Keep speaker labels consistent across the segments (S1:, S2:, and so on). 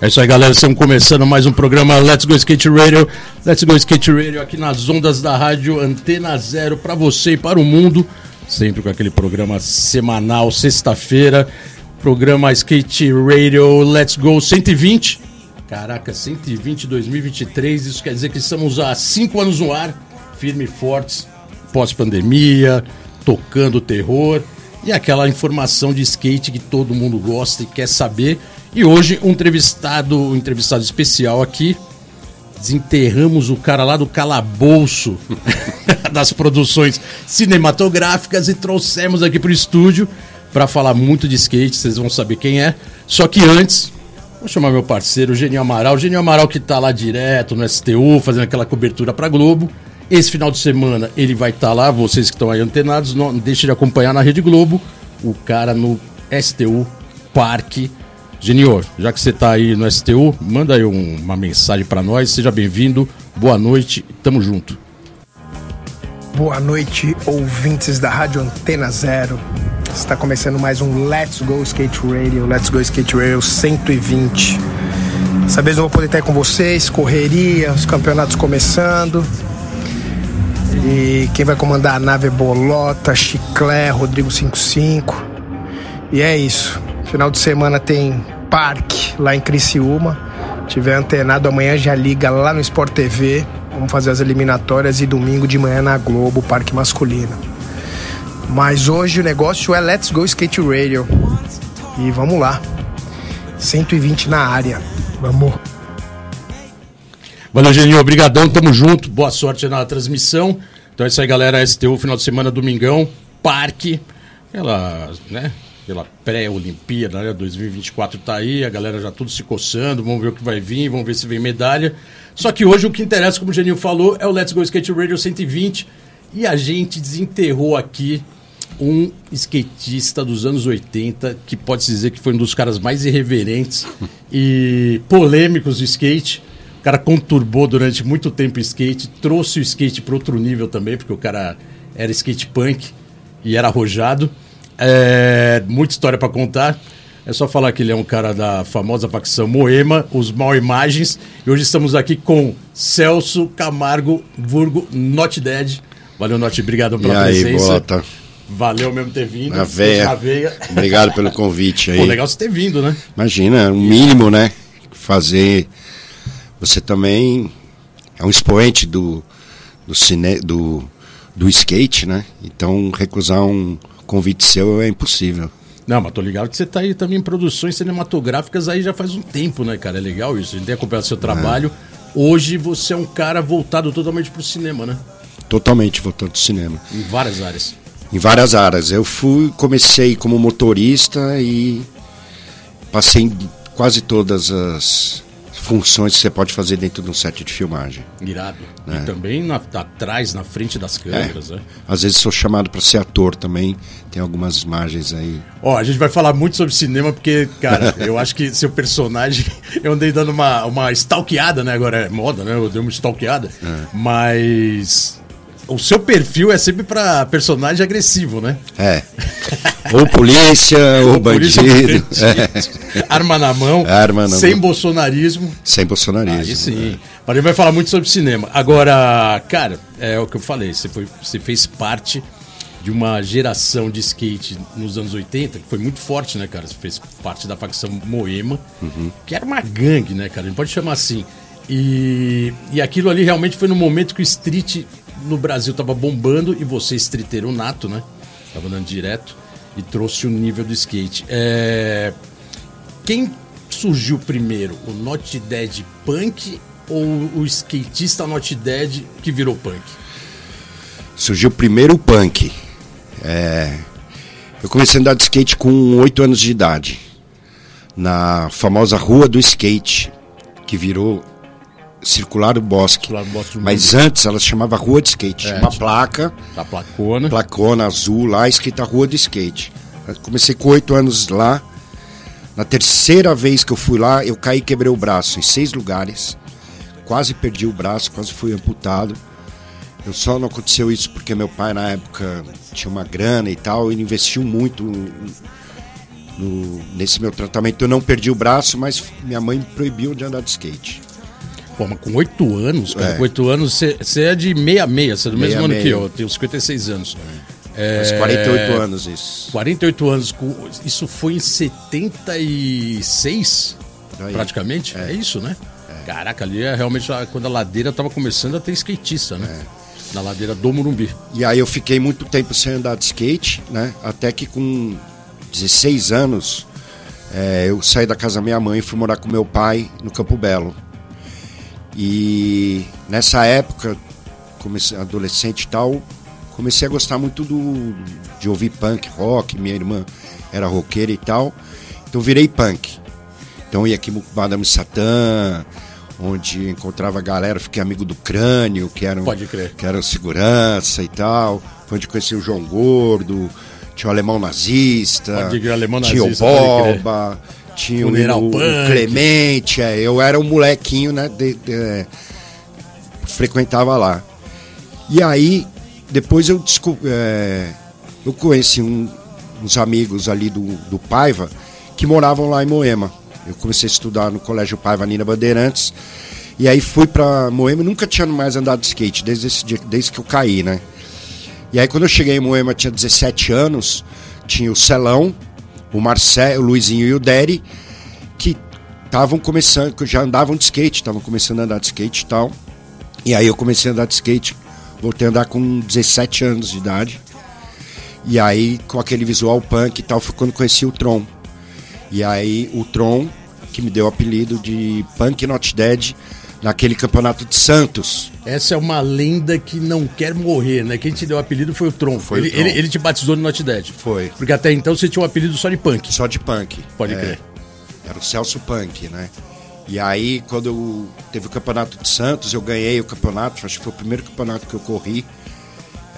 S1: É isso aí, galera. Estamos começando mais um programa Let's Go Skate Radio. Let's Go Skate Radio aqui nas ondas da rádio Antena Zero para você e para o mundo. Sempre com aquele programa semanal, sexta-feira. Programa Skate Radio Let's Go 120. Caraca, 120 2023. Isso quer dizer que estamos há cinco anos no ar, firme e fortes, pós-pandemia, tocando terror e aquela informação de skate que todo mundo gosta e quer saber. E hoje um entrevistado, um entrevistado especial aqui. Desenterramos o cara lá do calabouço das produções cinematográficas e trouxemos aqui pro estúdio para falar muito de skate, vocês vão saber quem é. Só que antes, vou chamar meu parceiro, o Genio Amaral. O Genio Amaral que tá lá direto no STU, fazendo aquela cobertura pra Globo. Esse final de semana ele vai estar lá, vocês que estão aí antenados, não deixe de acompanhar na Rede Globo, o cara no STU Parque. Genior, já que você está aí no STU, manda aí um- uma mensagem para nós, seja bem-vindo, boa noite, tamo junto.
S2: Boa noite, ouvintes da Rádio Antena Zero. Está começando mais um Let's Go Skate Radio, Let's Go Skate Radio 120. Dessa vez eu vou poder estar com vocês, correria, os campeonatos começando. E quem vai comandar a nave é Bolota, Chiclé, Rodrigo 55. E é isso. Final de semana tem parque lá em Criciúma. Tiver antenado amanhã já liga lá no Sport TV. Vamos fazer as eliminatórias e domingo de manhã na Globo, parque masculino. Mas hoje o negócio é Let's Go Skate Radio. E vamos lá. 120 na área. Vamos.
S1: Valeu, Geninho. Obrigadão, tamo junto. Boa sorte na transmissão. Então é isso aí, galera. STU, final de semana, domingão, parque. Pela, né, pela pré-Olimpíada, né? 2024 tá aí, a galera já tudo se coçando. Vamos ver o que vai vir, vamos ver se vem medalha. Só que hoje o que interessa, como o Geninho falou, é o Let's Go Skate Radio 120. E a gente desenterrou aqui um skatista dos anos 80, que pode-se dizer que foi um dos caras mais irreverentes e polêmicos do skate. O cara conturbou durante muito tempo o skate, trouxe o skate para outro nível também, porque o cara era skate punk e era arrojado. É, muita história para contar. É só falar que ele é um cara da famosa facção Moema, os Mal Imagens. E hoje estamos aqui com Celso Camargo Burgo Not Dead. Valeu, Not, obrigado
S3: E
S1: pela
S3: aí, tá.
S1: presença.
S3: Bota,
S1: Valeu mesmo ter vindo.
S3: na veia.
S1: Na veia.
S3: Obrigado pelo convite aí.
S1: Pô, legal você ter vindo, né?
S3: Imagina, o mínimo, né? Fazer. Você também é um expoente do, do, cine, do, do skate, né? Então, recusar um convite seu é impossível.
S1: Não, mas tô ligado que você tá aí também em produções cinematográficas aí já faz um tempo, né, cara? É legal isso. A gente tem acompanhado seu trabalho. Hoje você é um cara voltado totalmente pro cinema, né?
S3: Totalmente voltando do cinema.
S1: Em várias áreas.
S3: Em várias áreas. Eu fui, comecei como motorista e passei em quase todas as funções que você pode fazer dentro de um set de filmagem.
S1: Irado.
S3: É.
S1: E também na- atrás, na frente das câmeras, né?
S3: Às vezes sou chamado para ser ator também. Tem algumas imagens aí.
S1: Ó, a gente vai falar muito sobre cinema, porque, cara, eu acho que seu personagem. Eu andei dando uma, uma stalkeada, né? Agora é moda, né? Eu dei uma stalkeada.
S3: É.
S1: Mas. O seu perfil é sempre pra personagem agressivo, né?
S3: É. Ou polícia, ou
S1: Polícia,
S3: bandido.
S1: bandido,
S3: É.
S1: Arma na mão.
S3: Arma na
S1: sem
S3: mão.
S1: bolsonarismo.
S3: Sem bolsonarismo.
S1: Aí sim. Mas ele vai falar muito sobre cinema. Agora, cara, é o que eu falei. Você, foi, você fez parte de uma geração de skate nos anos 80, que foi muito forte, né, cara? Você fez parte da facção Moema, que era uma gangue, né, cara? A gente pode chamar assim. E, e aquilo ali realmente foi no momento que o street no Brasil tava bombando e você, streeteiro nato, né? Tava andando direto e trouxe o nível do skate. É, quem surgiu primeiro, o Not Dead Punk ou o skatista Not Dead que virou punk?
S3: Surgiu primeiro o punk. É, Eu comecei a andar de skate com 8 anos de idade, na famosa Rua do Skate, que virou Circular do Bosque.
S1: Circular do Bosque É, do
S3: Mas antes ela se chamava Rua de Skate, tinha uma placa,
S1: Da placona.
S3: placona azul lá, escrita Rua do Skate. Eu comecei com 8 anos lá. Na terceira vez que eu fui lá, eu caí e quebrei o braço em seis lugares. Quase perdi o braço, quase fui amputado. Eu só não aconteceu isso porque meu pai na época tinha uma grana e tal, ele investiu muito no- nesse meu tratamento. Eu não perdi o braço, mas minha mãe me proibiu de andar de skate.
S1: Pô, mas com oito anos, cara,
S3: É.
S1: com oito anos, você é de 66, você é do mesmo ano
S3: 66.
S1: que eu, eu tenho 56 anos. É,
S3: Faz 48 anos isso.
S1: 48 anos, com, isso foi em 76,
S3: Por aí.
S1: praticamente, é, isso, né? Caraca, ali é realmente a- quando a ladeira tava começando a ter skatista, né? Na ladeira do Murumbi.
S3: E aí eu fiquei muito tempo sem andar de skate, né? Até que com 16 anos eh, eu saí da casa da minha mãe e fui morar com meu pai no Campo Belo. E nessa época, comecei, adolescente e tal, comecei a gostar muito do, de ouvir punk, rock, minha irmã era roqueira e tal. Então virei punk. Então ia aqui no Madame Satã, onde encontrava a galera, fiquei amigo do crânio, que era um-
S1: Pode crer.
S3: que era o segurança e tal. Foi onde conheci o João Gordo, tinha o alemão nazista,
S1: Pode crer, alemão
S3: tinha
S1: nazista,
S3: o
S1: pode crer.
S3: Boba, tinha o,
S1: Funeral
S3: o
S1: punk.
S3: Clemente. é, eu era um molequinho, né? de- de- é, frequentava lá. E aí, depois eu descobri. eu conheci um- uns amigos ali do, do Paiva que moravam lá em Moema. Eu comecei a estudar no Colégio Paiva Nina Bandeirantes. E aí fui pra Moema, nunca tinha mais andado de skate, desde, esse dia- desde que eu caí, né? E aí quando eu cheguei em Moema, tinha 17 anos, tinha o Celão, o Marcelo, o Luizinho e o Dery, que estavam começando, que já andavam de skate, estavam começando a andar de skate e tal. E aí eu comecei a andar de skate, voltei a andar com 17 anos de idade. E aí, com aquele visual punk e tal, foi quando conheci o Tron. E aí, o Tron, que me deu o apelido de Punk Not Dead, naquele campeonato de Santos.
S1: Essa é uma lenda que não quer morrer, né? Quem te deu o apelido foi o Tron.
S3: Foi o
S1: ele,
S3: Tron.
S1: ele, ele te batizou no Not Dead.
S3: Foi.
S1: Porque até então você tinha um apelido só de punk.
S3: Só de punk.
S1: Pode
S3: É,
S1: crer.
S3: Era o Celso Punk, né? E aí, quando eu- teve o campeonato de Santos, eu ganhei o campeonato, acho que foi o primeiro campeonato que eu corri.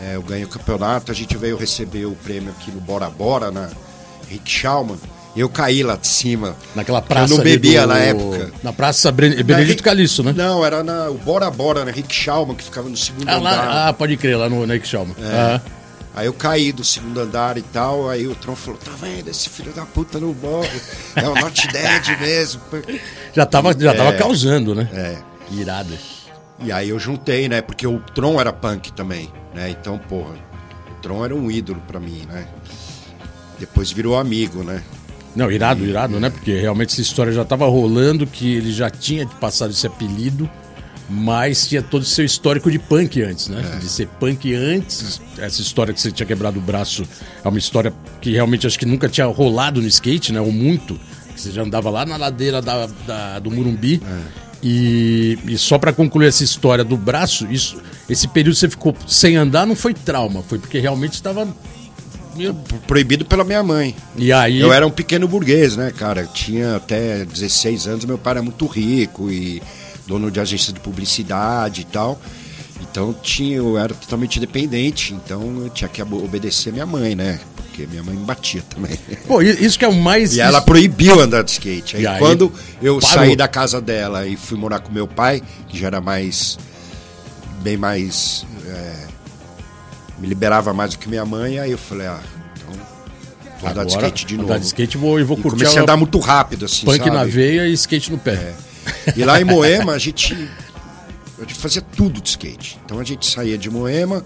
S3: É, eu ganhei o campeonato, a gente veio receber o prêmio aqui no Bora Bora, na Rick Schauman. Eu caí lá de cima.
S1: Naquela praça.
S3: Eu não
S1: ali
S3: bebia
S1: do-
S3: na época. é
S1: Na praça Bre- Benedito Calixto, né?
S3: Não, era na, o Bora Bora, na Rick Schauman, que ficava no segundo
S1: Ah,
S3: andar.
S1: lá, ah, pode crer, lá no Nick
S3: É.
S1: Chalma. Ah,
S3: Aí eu caí do segundo andar e tal, aí o Tron falou, tá vendo, esse filho da puta não morre, é o Not Dead mesmo.
S1: já tava, já tava
S3: É.
S1: causando, né?
S3: É.
S1: Irado.
S3: E aí eu juntei, né, porque o Tron era punk também, né, então, porra, o Tron era um ídolo pra mim, né. Depois virou amigo, né.
S1: Não, irado, irado, né? Porque realmente essa história já tava rolando, que ele já tinha passado esse apelido, mas tinha todo o seu histórico de punk antes, né?
S3: É.
S1: De ser punk antes. Essa história que você tinha quebrado o braço é uma história que realmente acho que nunca tinha rolado no skate, né? Ou muito. Que você já andava lá na ladeira da, da- do Murumbi.
S3: É.
S1: E, e só pra concluir essa história do braço, isso, esse período que você ficou sem andar não foi trauma, foi porque realmente estava.
S3: Proibido pela minha mãe.
S1: E aí.
S3: Eu era um pequeno burguês, né, cara? Eu tinha até 16 anos, meu pai era muito rico e dono de agência de publicidade e tal. Então tinha, eu era totalmente dependente, então eu tinha que abo- obedecer minha mãe, né? Porque minha mãe me batia também.
S1: Pô, i- isso que é o mais.
S3: E ela proibiu andar de skate. Aí,
S1: E aí,
S3: quando eu
S1: parou.
S3: saí da casa dela e fui morar com meu pai, que já era mais. bem mais. é, me liberava mais do que minha mãe, aí eu falei, ah, então vou andar de
S1: Agora,
S3: skate de
S1: andar
S3: novo.
S1: de skate, vou- e vou
S3: E
S1: curtir
S3: comecei
S1: a-
S3: a andar muito rápido, assim,
S1: Punk
S3: sabe?
S1: na veia e skate no pé.
S3: E lá em Moema a gente, a gente fazia tudo de skate. Então a gente saía de Moema,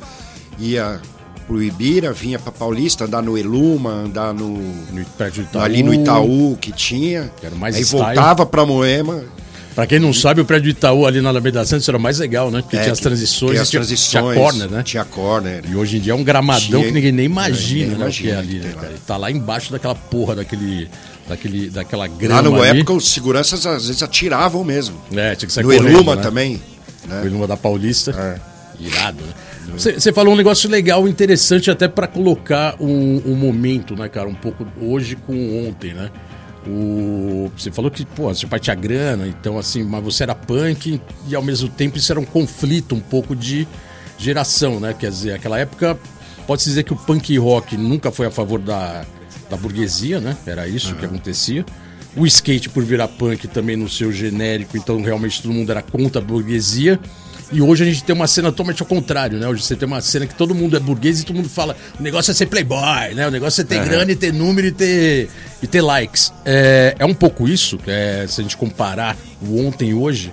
S3: ia pro Ibira, vinha pra Paulista, andar no Eluma, andar no
S1: É, No, perto do Itaú.
S3: ali no Itaú que tinha.
S1: Era mais
S3: aí
S1: style.
S3: voltava pra Moema.
S1: Pra quem não sabe, o prédio do Itaú ali na Alameda Santos era mais legal, né? Porque
S3: é,
S1: tinha as
S3: que-
S1: transições,
S3: tinha
S1: e
S3: as
S1: tinha,
S3: transições,
S1: tinha corner, né?
S3: Tinha corner.
S1: E hoje em dia é um gramadão
S3: Tinha-
S1: que ninguém nem imagina,
S3: Ninguém
S1: né, o que é
S3: imagina
S1: ali,
S3: que
S1: né,
S3: tem lá.
S1: cara? E tá lá embaixo daquela porra daquele, daquele, daquela grama
S3: Lá na
S1: ali.
S3: época os seguranças às vezes atiravam mesmo.
S1: É, tinha que sair
S3: no
S1: correndo,
S3: Eluma
S1: né?
S3: também. né?
S1: No Eluma da Paulista. Irado, né? Você falou um negócio legal, interessante até para colocar um, um momento, né, cara? Um pouco hoje com ontem, né? Você falou que, pô, seu pai tinha grana, então assim, mas você era punk e ao mesmo tempo isso era um conflito um pouco de geração, né? Quer dizer, aquela época, pode-se dizer que o punk rock nunca foi a favor da, da burguesia, né? Era isso que acontecia. O skate por virar punk também no seu genérico, então realmente todo mundo era contra a burguesia. E hoje a gente tem uma cena totalmente ao contrário, né? Hoje você tem uma cena que todo mundo é burguês e todo mundo fala: o negócio é ser playboy, né? O negócio é ter grana e ter número e ter, e ter likes. É, é um pouco isso, é, se a gente comparar o ontem e hoje.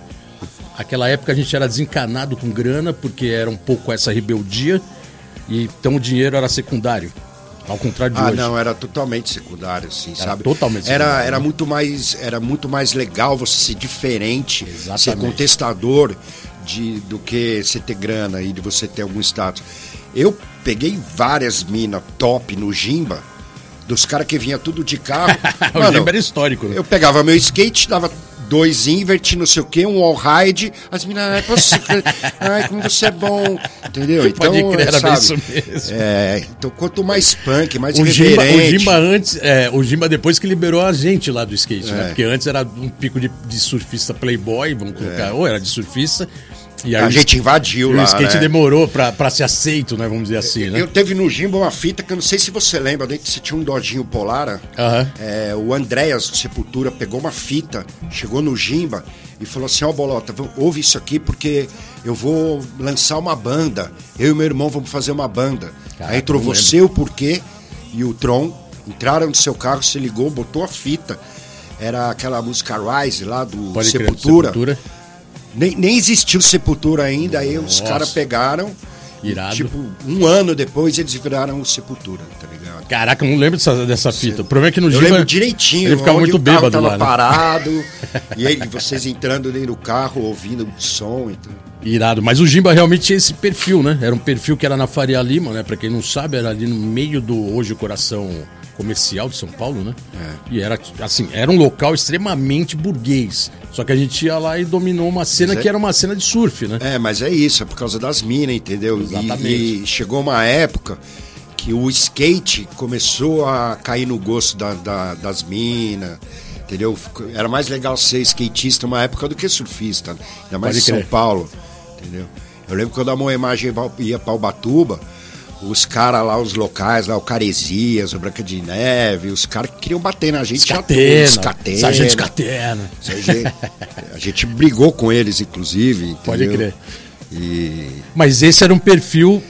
S1: Aquela época a gente era desencanado com grana, porque era um pouco essa rebeldia, e então o dinheiro era secundário. Ao contrário tá de
S3: Ah,
S1: hoje.
S3: não, era totalmente secundário, assim,
S1: Era
S3: sabe?
S1: totalmente
S3: era,
S1: secundário.
S3: era muito mais Era muito mais legal você ser diferente, ser
S1: Exatamente.
S3: contestador de, do que você ter grana e de você ter algum status. Eu peguei várias minas top no Jimba, dos caras que vinha tudo de carro.
S1: o
S3: Mano,
S1: Jimba era histórico, né?
S3: Eu pegava meu skate, dava dois invert, não sei o quê, um all ride, as minas, ai, posso- ai, como você é bom, entendeu? Então,
S1: Pode crer, era bem
S3: sabe,
S1: isso mesmo.
S3: é, então quanto mais punk, mais
S1: O Gimba, o
S3: irreverente.
S1: Gimba antes, é, o Gimba depois que liberou a gente lá do skate, né?
S3: É.
S1: Porque antes era um pico de, de surfista playboy, vamos colocar, ou era de surfista. E aí
S3: a
S1: o-
S3: gente invadiu
S1: e
S3: lá,
S1: o skate
S3: né?
S1: demorou pra, pra ser aceito, né? Vamos dizer assim, né?
S3: Eu teve no Jimba uma fita que eu não sei se você lembra, dentro se tinha um Dodinho Polara.
S1: Aham.
S3: É, o Andréas do Sepultura pegou uma fita, chegou no Jimba e falou assim: Ó, Bolota, vamo- ouve isso aqui porque eu vou lançar uma banda. Eu e meu irmão vamos fazer uma banda.
S1: Caraca,
S3: Aí entrou
S1: Ah, eu lembro.
S3: você, o Porquê e o Tron. Entraram no seu carro, se ligou, botou a fita. Era aquela música Rise lá do
S1: Pode crer,
S3: Sepultura.
S1: Sepultura.
S3: Nem, nem existiu Sepultura ainda, aí os
S1: Nossa.
S3: caras pegaram. e,
S1: Irado.
S3: tipo, um ano depois eles viraram o Sepultura, tá ligado?
S1: Caraca, eu não lembro dessa, dessa fita. O problema é que no
S3: Eu
S1: Gimba.
S3: lembro direitinho,
S1: Ele ficava
S3: onde
S1: muito
S3: o carro
S1: bêbado
S3: tava
S1: lá, né?
S3: parado, e aí vocês entrando dentro do carro, ouvindo o som. Então...
S1: Irado, mas o Jimba realmente tinha esse perfil, né? Era um perfil que era na Faria Lima, né? Pra quem não sabe, era ali no meio do hoje o coração comercial de São Paulo, né?
S3: É.
S1: E era assim, era um local extremamente burguês. Só que a gente ia lá e dominou uma cena
S3: Mas é-
S1: que era uma cena de surf, né?
S3: É, mas é isso, é por causa das minas, entendeu? E-
S1: Exatamente.
S3: E, chegou uma época que o skate começou a cair no gosto da- da- das minas, entendeu? Ficou- Era mais legal ser skatista uma época do que surfista, né? ainda mais
S1: Pode
S3: em São
S1: crer.
S3: Paulo, entendeu? Eu lembro quando a Moemagem ia pra Ubatuba, os caras lá, os locais lá, o Caresias, o Branca de Neve, os caras que queriam bater na gente. já tudo,
S1: Escatena.
S3: Escatena.
S1: Sargento Escatena.
S3: A gente, a gente brigou com eles, inclusive.
S1: Pode
S3: entendeu?
S1: crer.
S3: E
S1: Mas esse era um perfil.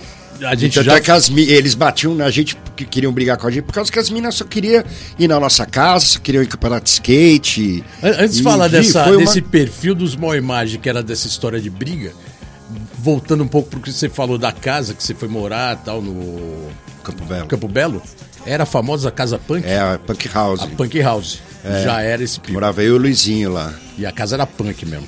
S1: A gente
S3: tanto
S1: já.
S3: é que as mi- eles batiam na gente porque queriam brigar com a gente, por causa que as minas só queriam ir na nossa casa, só queriam ir campeonato de skate.
S1: An- Antes de
S3: E,
S1: falar
S3: vi,
S1: dessa,
S3: foi uma-
S1: desse perfil dos mal imagem, que era dessa história de briga, voltando um pouco pro que você falou da casa que você foi morar tal, no
S3: Campo Belo.
S1: Campo Belo, era a famosa casa punk,
S3: É, a Punk House.
S1: a Punk House. Já era esse pico.
S3: Morava eu e o Luizinho lá.
S1: E a casa era punk mesmo.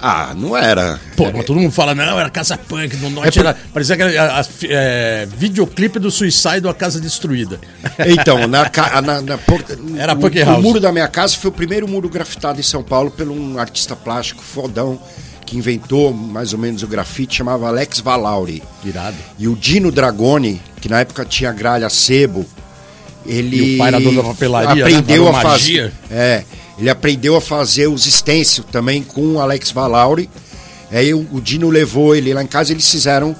S3: Ah, não era.
S1: Pô, mas todo mundo fala, não, era casa punk, no norte
S3: É por-
S1: era. Parecia que era a- a- é, videoclipe do Suicide ou a Casa Destruída.
S3: Então, na, ca- na, na porta-
S1: Era
S3: o,
S1: Punk
S3: o
S1: House.
S3: muro da minha casa foi o primeiro muro grafitado em São Paulo por um artista plástico fodão que inventou mais ou menos o grafite, chamava Alex Valauri.
S1: Irado.
S3: E o Dino Dragoni, que na época tinha gralha sebo, ele
S1: E o pai era dono da papelaria,
S3: aprendeu
S1: né?
S3: a
S1: Falou magia.
S3: fazer. É, ele aprendeu a fazer os stencil também com o Alex Valauri. Aí o, o Dino levou ele lá em casa, eles fizeram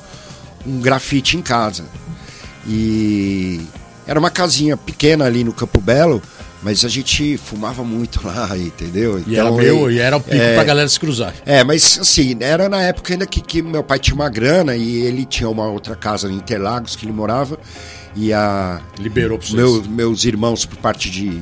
S3: um grafite em casa. E era uma casinha pequena ali no Campo Belo, mas a gente fumava muito lá, entendeu? Então,
S1: E era meu, e era o pico pra galera se cruzar.
S3: É, mas assim, era na época ainda que, que meu pai tinha uma grana e ele tinha uma outra casa em Interlagos que ele morava. E a.
S1: Liberou pra vocês.
S3: meu- meus irmãos, por parte de,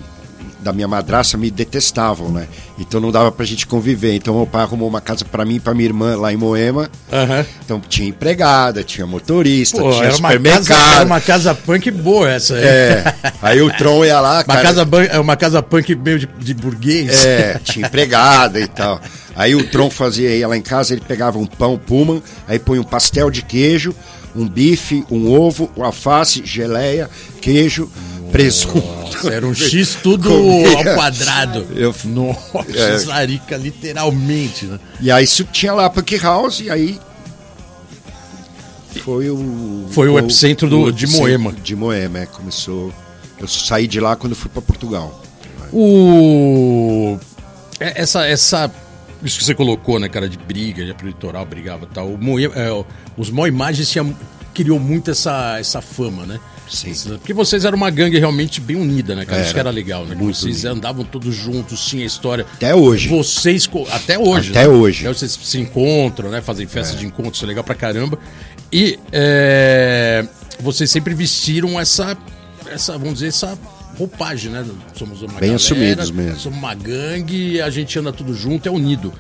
S3: da minha madraça, me detestavam, né? Então não dava pra gente conviver. Então meu pai arrumou uma casa pra mim e pra minha irmã lá em Moema.
S1: Aham.
S3: Então tinha empregada, tinha motorista,
S1: Pô,
S3: tinha
S1: era uma,
S3: supermercado.
S1: casa, era uma casa punk boa essa. aí.
S3: É. Aí o Tron ia lá,
S1: Uma
S3: cara.
S1: casa, ban- é uma casa punk meio de, de burguês.
S3: É, tinha empregada e tal. Aí o Tron fazia ia lá em casa, ele pegava um pão Pullman, aí põe um pastel de queijo, um bife, um ovo, uma alface, geleia, queijo, presunto.
S1: Era um X tudo
S3: Comia.
S1: ao quadrado.
S3: Eu-
S1: Nossa,
S3: É.
S1: larica, literalmente, né?
S3: E aí isso tinha lá a Punk House, e aí. foi o.
S1: Foi o epicentro do- de Moema.
S3: De Moema, é. Começou. Eu saí de lá quando fui para Portugal.
S1: O. é- Essa, essa. Isso que você colocou, né, cara, de briga, de pro litoral, brigava e tal. O Moe- é, o- os Mó Imagens tinha, criou muito essa, essa fama, né?
S3: Sim.
S1: Essa- Porque vocês eram uma gangue realmente bem unida, né, cara? Isso
S3: Era.
S1: que era legal, né? vocês andavam todos juntos, tinha história.
S3: Até hoje.
S1: Vocês. co- Até hoje.
S3: Até
S1: né?
S3: hoje.
S1: Até vocês se encontram, né? Fazem festa de encontro, isso é legal pra caramba. E é, vocês sempre vestiram essa, essa, vamos dizer, essa roupagem, né? Somos uma
S3: Bem assumidos mesmo.
S1: Somos é uma gangue, a gente anda tudo junto, é unido.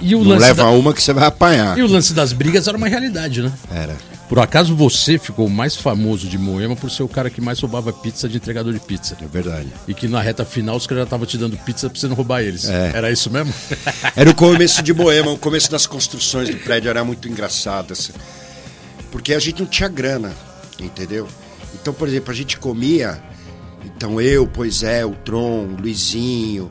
S1: E o,
S3: Não
S1: lance
S3: leva um
S1: da-
S3: uma que você vai apanhar.
S1: e o lance das brigas era uma realidade, né?
S3: Era.
S1: Por acaso você ficou o mais famoso de Moema por ser o cara que mais roubava pizza de entregador de pizza.
S3: É verdade.
S1: E que na reta final os caras já estavam te dando pizza pra você não roubar eles.
S3: É.
S1: Era isso mesmo?
S3: Era o começo de Moema, o começo das construções do prédio era muito engraçado. assim, porque a gente não tinha grana, entendeu? Então, por exemplo, a gente comia, então eu, pois é, o Tron, o Luizinho,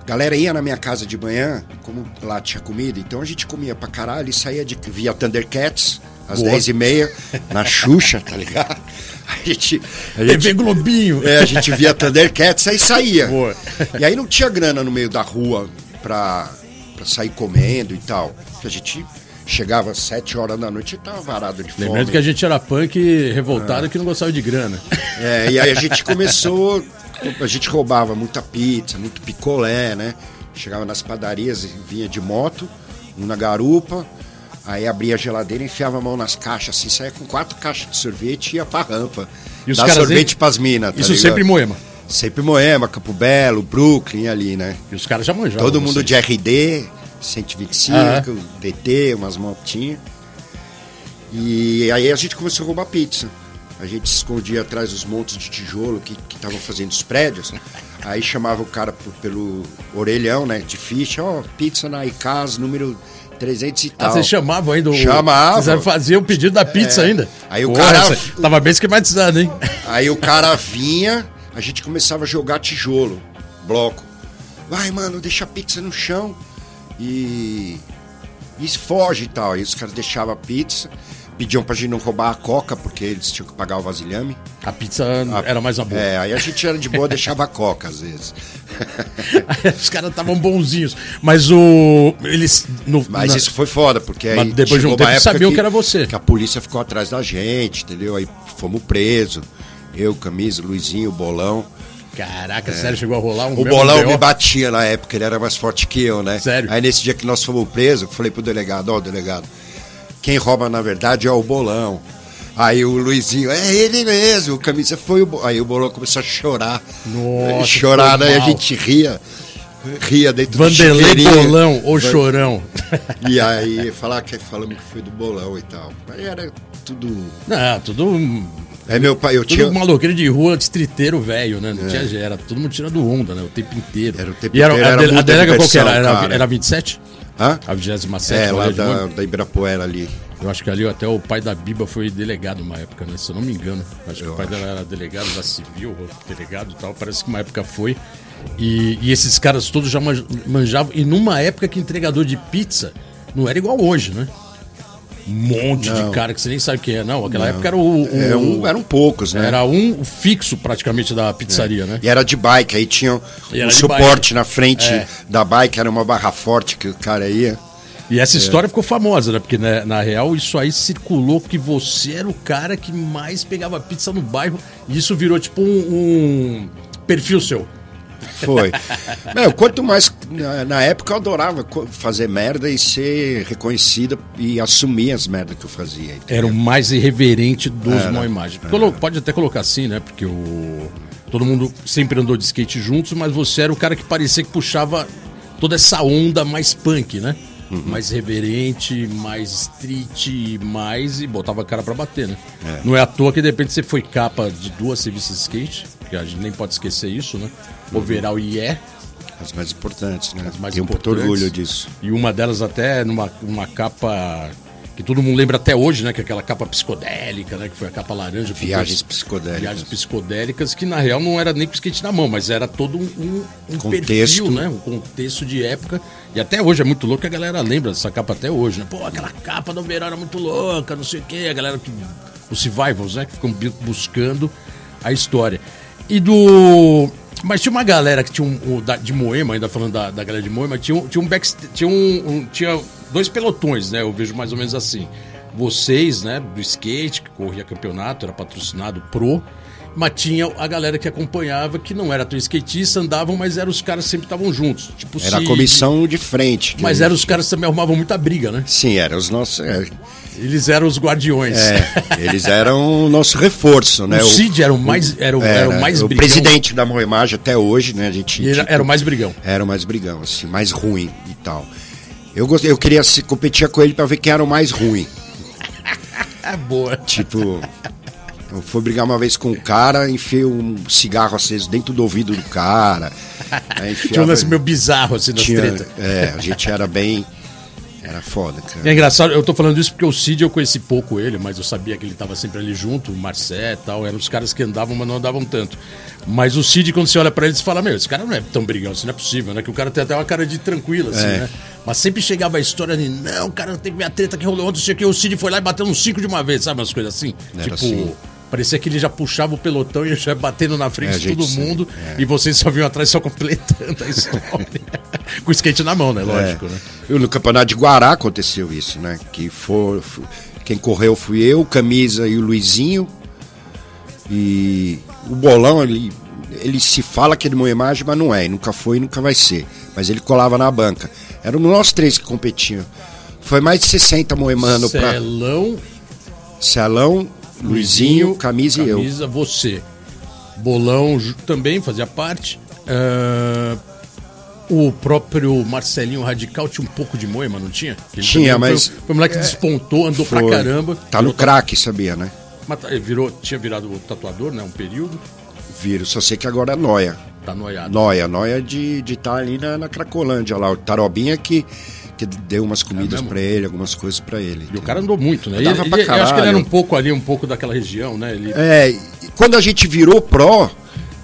S3: a galera ia na minha casa de manhã, como lá tinha comida, então a gente comia pra caralho e saía de via Thundercats às
S1: Boa.
S3: 10h30, na Xuxa, tá ligado? A gente, a gente
S1: TV Globinho.
S3: é, a gente via Thundercats, aí saía.
S1: Boa.
S3: E aí não tinha grana no meio da rua pra, pra sair comendo e tal. A gente chegava às 7 horas da noite e tava varado de fome.
S1: Lembrando que a gente era punk revoltado que não gostava de grana.
S3: É, e aí a gente começou, a gente roubava muita pizza, muito picolé, né? Chegava nas padarias e vinha de moto, um na garupa, aí abria a geladeira, enfiava a mão nas caixas, assim, saia com quatro caixas de sorvete e ia pra rampa.
S1: E os
S3: Dar
S1: caras
S3: sorvete
S1: em-
S3: pras minas, tá
S1: Isso
S3: ligado?
S1: sempre em Moema.
S3: Sempre Moema, Campo Belo, Brooklyn ali, né?
S1: E os caras já manjavam.
S3: Todo mundo
S1: vocês.
S3: de RD, 125,
S1: Aham.
S3: DT, umas motinhas. E aí a gente começou a roubar pizza. A gente se escondia atrás dos montes de tijolo que estavam fazendo os prédios. Aí chamava o cara por- pelo orelhão, né? De ficha, ó, pizza na ICAS, número 300 e
S1: Ah,
S3: tal.
S1: vocês chamavam ainda o.
S3: Chamava.
S1: Vocês faziam o pedido da pizza
S3: É.
S1: ainda.
S3: Aí o
S1: Pô,
S3: cara-
S1: essa- Tava bem esquematizado, hein?
S3: Aí o cara vinha, a gente começava a jogar tijolo, bloco. Vai, mano, deixa a pizza no chão e. E foge e tal. Aí os caras deixavam a pizza, pediam pra gente não roubar a coca, porque eles tinham que pagar o vasilhame.
S1: A pizza era mais uma boa.
S3: É, aí a gente era de boa, deixava a coca às vezes.
S1: Os caras estavam bonzinhos. Mas o. Eles. No,
S3: Mas
S1: na-
S3: isso foi foda, porque aí
S1: Mas depois de um
S3: chegou uma
S1: tempo
S3: época
S1: sabiam que era você.
S3: Que a polícia ficou atrás da gente, entendeu? Aí fomos presos. Eu, Camisa, Luizinho, Bolão.
S1: Caraca, sério, chegou a rolar um.
S3: É. O
S1: mesmo
S3: bolão
S1: BO.
S3: me batia na época, ele era mais forte que eu, né?
S1: Sério?
S3: Aí nesse dia que nós fomos presos, eu falei pro delegado, ó, delegado, quem rouba na verdade é o bolão. Aí o Luizinho, é ele mesmo, o camisa foi o bolão. Aí o bolão começou a chorar.
S1: Nossa,
S3: chorar,
S1: foi
S3: né? E a
S1: mal.
S3: gente ria. Ria dentro
S1: Vanderlei
S3: do chiqueirinho.
S1: Bolão ou
S3: Van-
S1: Chorão.
S3: E aí falar que falamos que foi do bolão e tal. Aí era tudo.
S1: Não, tudo. um-
S3: É meu pai, eu
S1: Tudo
S3: tinha. É.
S1: maloqueiro de rua, distriteiro velho, né? Não tinha, era todo mundo tirando onda, né? O tempo inteiro.
S3: Era o tempo
S1: e era,
S3: inteiro,
S1: a,
S3: era
S1: dele- a
S3: muita
S1: delega qual que
S3: diversão,
S1: era? Era,
S3: cara.
S1: era 27?
S3: Hã?
S1: A né? 27
S3: É, lá
S1: Colégio
S3: da,
S1: Mano?
S3: da Ibirapuera ali.
S1: Eu acho que ali até o pai da Biba foi delegado uma época, né? Se eu não me engano. Acho que o pai dela era delegado da civil, ou delegado e tal. Parece que uma época foi. E, e esses caras todos já man- manjavam. E numa época que entregador de pizza não era igual hoje, né? Um monte
S3: Não.
S1: de cara que você nem sabe quem é, não. Aquela época era o. o-
S3: É, um- eram poucos, né?
S1: era um fixo praticamente da pizzaria, né?
S3: E era de bike, aí tinha
S1: E
S3: um
S1: era de bike.
S3: suporte na frente
S1: É.
S3: da bike, era uma barra forte que o cara ia.
S1: E essa história ficou famosa, né? Porque né, na real isso aí circulou que você era o cara que mais pegava pizza no bairro e isso virou tipo um, um perfil seu.
S3: Foi. Meu, quanto mais. Na, na época eu adorava co- fazer merda e ser reconhecido e assumir as merdas que eu fazia.
S1: Era o mais irreverente dos má imagem. Colo- Pode até colocar assim, né? Porque o todo mundo sempre andou de skate juntos, mas você era o cara que parecia que puxava toda essa onda mais punk, né? Mais reverente, mais street, mais e botava a cara pra bater, né? Não é à toa que de repente você foi capa de duas revistas de skate, que a gente nem pode esquecer isso, né? Overall e é.
S3: As mais importantes, né?
S1: As mais
S3: Tenho muito
S1: importantes.
S3: orgulho disso.
S1: E uma delas até numa uma capa que todo mundo lembra até hoje, né? Que é aquela capa psicodélica, né? Que foi a capa laranja. com coisas-
S3: Viagens psicodélicas.
S1: Viagens psicodélicas, que na real não era nem com skate na mão, mas era todo um, um- um
S3: Contexto.
S1: perfil, né? Um contexto de época. E até hoje é muito louco, que a galera lembra dessa capa até hoje, né? Pô, aquela capa do verão era muito louca, não sei o quê. A galera que... Os survivals, né? Que ficam bu- buscando a história. E do... Mas tinha uma galera que tinha um... um da- de Moema, ainda falando da, da galera de Moema, tinha um, tinha um backst- Tinha, um- um- tinha dois pelotões, né? Eu vejo mais ou menos assim. Vocês, né? Do skate, que corria campeonato, era patrocinado pro... Mas tinha a galera que acompanhava, que não era tão skatista, andavam, mas eram os caras que sempre estavam juntos. Tipo,
S3: Era a
S1: Cid,
S3: comissão de frente. que-
S1: mas eram os caras que também arrumavam muita briga, né?
S3: Sim, eram os nossos. é,
S1: Eles eram os guardiões.
S3: é, eles eram o nosso reforço, né?
S1: O Cid era o mais- era o- era o mais brigão.
S3: presidente da Moemagem até hoje, né? A gente
S1: E ele
S3: tinha-
S1: era o mais brigão.
S3: Era o mais brigão, assim, mais ruim e tal. Eu, gostei, eu queria se competir com ele pra ver quem era o mais ruim.
S1: É boa.
S3: Tipo, eu fui brigar uma vez com um cara, enfiei um cigarro aceso dentro do ouvido do cara.
S1: Tinha um
S3: Aí enfiava,
S1: lance meio bizarro assim nas
S3: tinha-
S1: tretas.
S3: É, a gente era bem. Era
S1: E
S3: foda,
S1: É
S3: cara.
S1: engraçado, eu tô falando isso porque o Cid eu conheci pouco ele, mas eu sabia que ele tava sempre ali junto, o Marcé e tal, eram os caras que andavam, mas não andavam tanto. Mas o Cid, quando você olha pra ele, você fala, meu, esse cara não é tão brigão, isso não é possível, né? Que o cara tem até uma cara de tranquilo, assim,
S3: É.
S1: né? Mas sempre chegava a história de, não, cara, teve minha treta que rolou ontem, não sei o que, o Cid foi lá e bateu uns cinco de uma vez, sabe? Umas coisas assim.
S3: Era
S1: tipo,
S3: assim.
S1: parecia que ele já puxava o pelotão e ia já batendo na frente
S3: É, a
S1: de
S3: gente
S1: todo
S3: sempre-
S1: mundo, e vocês só vinham atrás só completando a história. Com o skate na mão, né? Lógico,
S3: É.
S1: né?
S3: Eu, no campeonato de Guará aconteceu isso, né? Que for, fu- quem correu fui eu, o Camisa e o Luizinho. E o bolão, ele, ele se fala que é de Moemagem, mas não é. e Nunca foi e nunca vai ser. Mas ele colava na banca. Eram nós três que competiam. Foi mais de 60 moemano
S1: é
S3: pra
S1: Celão,
S3: Salão, Luizinho, Camisa, e eu.
S1: Camisa, você. Bolão ju- também fazia parte. Ah, o próprio Marcelinho Radical tinha um pouco de moema, não tinha? Ele
S3: Tinha,
S1: também
S3: mas- é,
S1: Foi, foi um moleque que despontou, andou pra
S3: Foi.
S1: caramba.
S3: Tá no craque, sabia, né?
S1: Mas tá- ele virou, tinha virado tatuador, né? Um período.
S3: Viro, só sei que agora é noia.
S1: Tá noiado.
S3: Noia, noia de estar ali na, na Cracolândia lá. O Tarobinha que, que deu umas comidas
S1: É mesmo?
S3: pra ele, algumas coisas pra ele.
S1: E o cara andou muito, né? E-
S3: Andava
S1: e-
S3: pra
S1: eu acho que ele era
S3: caralho.
S1: um pouco ali, um pouco daquela região, né? Ele,
S3: É, e quando a gente virou pró,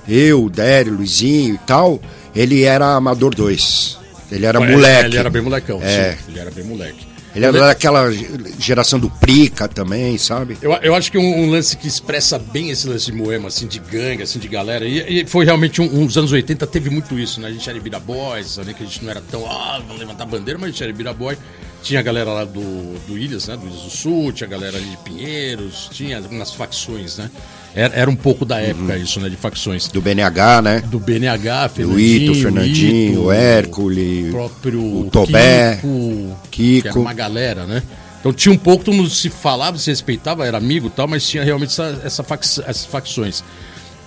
S3: eu, o Dério, o Luizinho e tal, ele era amador 2. Ele era
S1: ele-
S3: moleque.
S1: é, Ele era bem molecão,
S3: É.
S1: sim. Ele era bem moleque.
S3: Ele era daquela ge- geração do Prica também, sabe?
S1: Eu, eu acho que um, um lance que expressa bem esse lance de Moema, assim, de gangue, assim, de galera. E, e foi realmente um, uns anos 80 teve muito isso, né? A gente era Ibiraboys, né? que a gente não era tão, ah, vamos levantar bandeira, mas a gente era Ibiraboy. Tinha a galera lá do, do Ilhas, né? Do Ilhas do Sul, tinha a galera ali de Pinheiros, tinha algumas facções, né? Era, era um pouco da época isso, né? De facções.
S3: Do BNH, né?
S1: Do BNH,
S3: O Ito,
S1: Fernandinho,
S3: o Fernandinho,
S1: Ito,
S3: o Hércules,
S1: o próprio
S3: o Tobé,
S1: Kiko,
S3: Kiko.
S1: que era uma galera, né? Então tinha um pouco, todo mundo se falava, se respeitava, era amigo e tal, mas tinha realmente essa, essa fac- essas facções.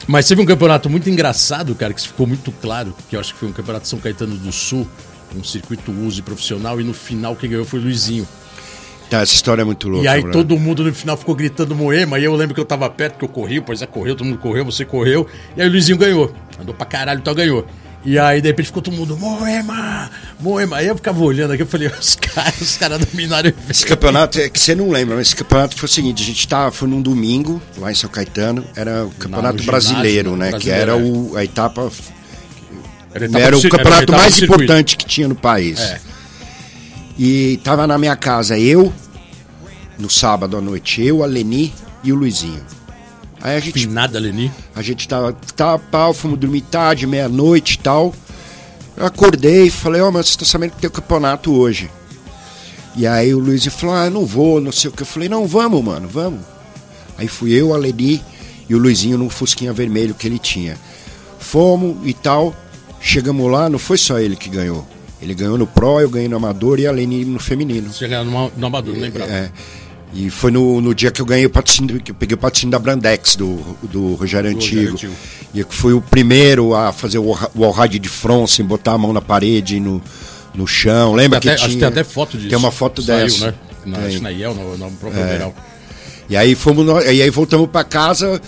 S1: Mas teve um campeonato muito engraçado, cara, que ficou muito claro, que eu acho que foi um campeonato de São Caetano do Sul, um circuito uso e profissional, e no final quem ganhou foi o Luizinho.
S3: Tá, essa história é muito louca.
S1: E aí
S3: né?
S1: todo mundo no final ficou gritando Moema, e eu lembro que eu tava perto, que eu corri, pois é, correu, todo mundo correu, você correu, e aí o Luizinho ganhou. Andou pra caralho, então ganhou. E aí, de repente, ficou todo mundo, Moema, Moema. Aí eu ficava olhando aqui, eu falei, os caras, os caras dominaram o evento.
S3: Esse campeonato, é que você não lembra, mas esse campeonato foi o seguinte, a gente tava, foi num domingo, lá em São Caetano, era o campeonato
S1: ginásio,
S3: brasileiro,
S1: no
S3: né?
S1: brasileiro,
S3: que era
S1: é.
S3: o, a etapa,
S1: Era,
S3: era o campeonato
S1: etapa
S3: mais
S1: do circuito.
S3: importante que tinha no país.
S1: É.
S3: E tava na minha casa eu, no sábado à noite, eu, a Leni e o Luizinho. Aí a gente
S1: Finada, Leni.
S3: a gente tava, tá, pau, fomos dormir tarde, meia-noite e tal. Eu acordei e falei, ó, mas você tá sabendo que tem o campeonato hoje. E aí o Luiz falou, ah, eu não vou, não sei o que. Eu falei, não, vamos, mano, vamos. Aí fui eu, a Leni e o Luizinho num fusquinha vermelho que ele tinha. Fomos e tal, chegamos lá, não foi só ele que ganhou. Ele ganhou no Pro, eu ganhei no Amador e a Leni no Feminino.
S1: Chegaram numa, numa Amador, lembrava.
S3: É. E foi no, no dia que eu ganhei o patrocínio, que eu peguei o patrocínio da Brandex, do, do
S1: Rogério
S3: Rogério Antigo.
S1: Antigo.
S3: E eu que fui o primeiro a fazer o ra- o rádio de fronça, em botar a mão na parede, no, no chão. Lembra
S1: Até-
S3: que
S1: acho que
S3: tinha?
S1: tem até foto disso.
S3: Tem uma foto
S1: Saiu,
S3: dessa.
S1: né? Na,
S3: Tem. É.
S1: acho que na IEL, no, no próprio Verão.
S3: E aí fomos nós- e aí voltamos para casa,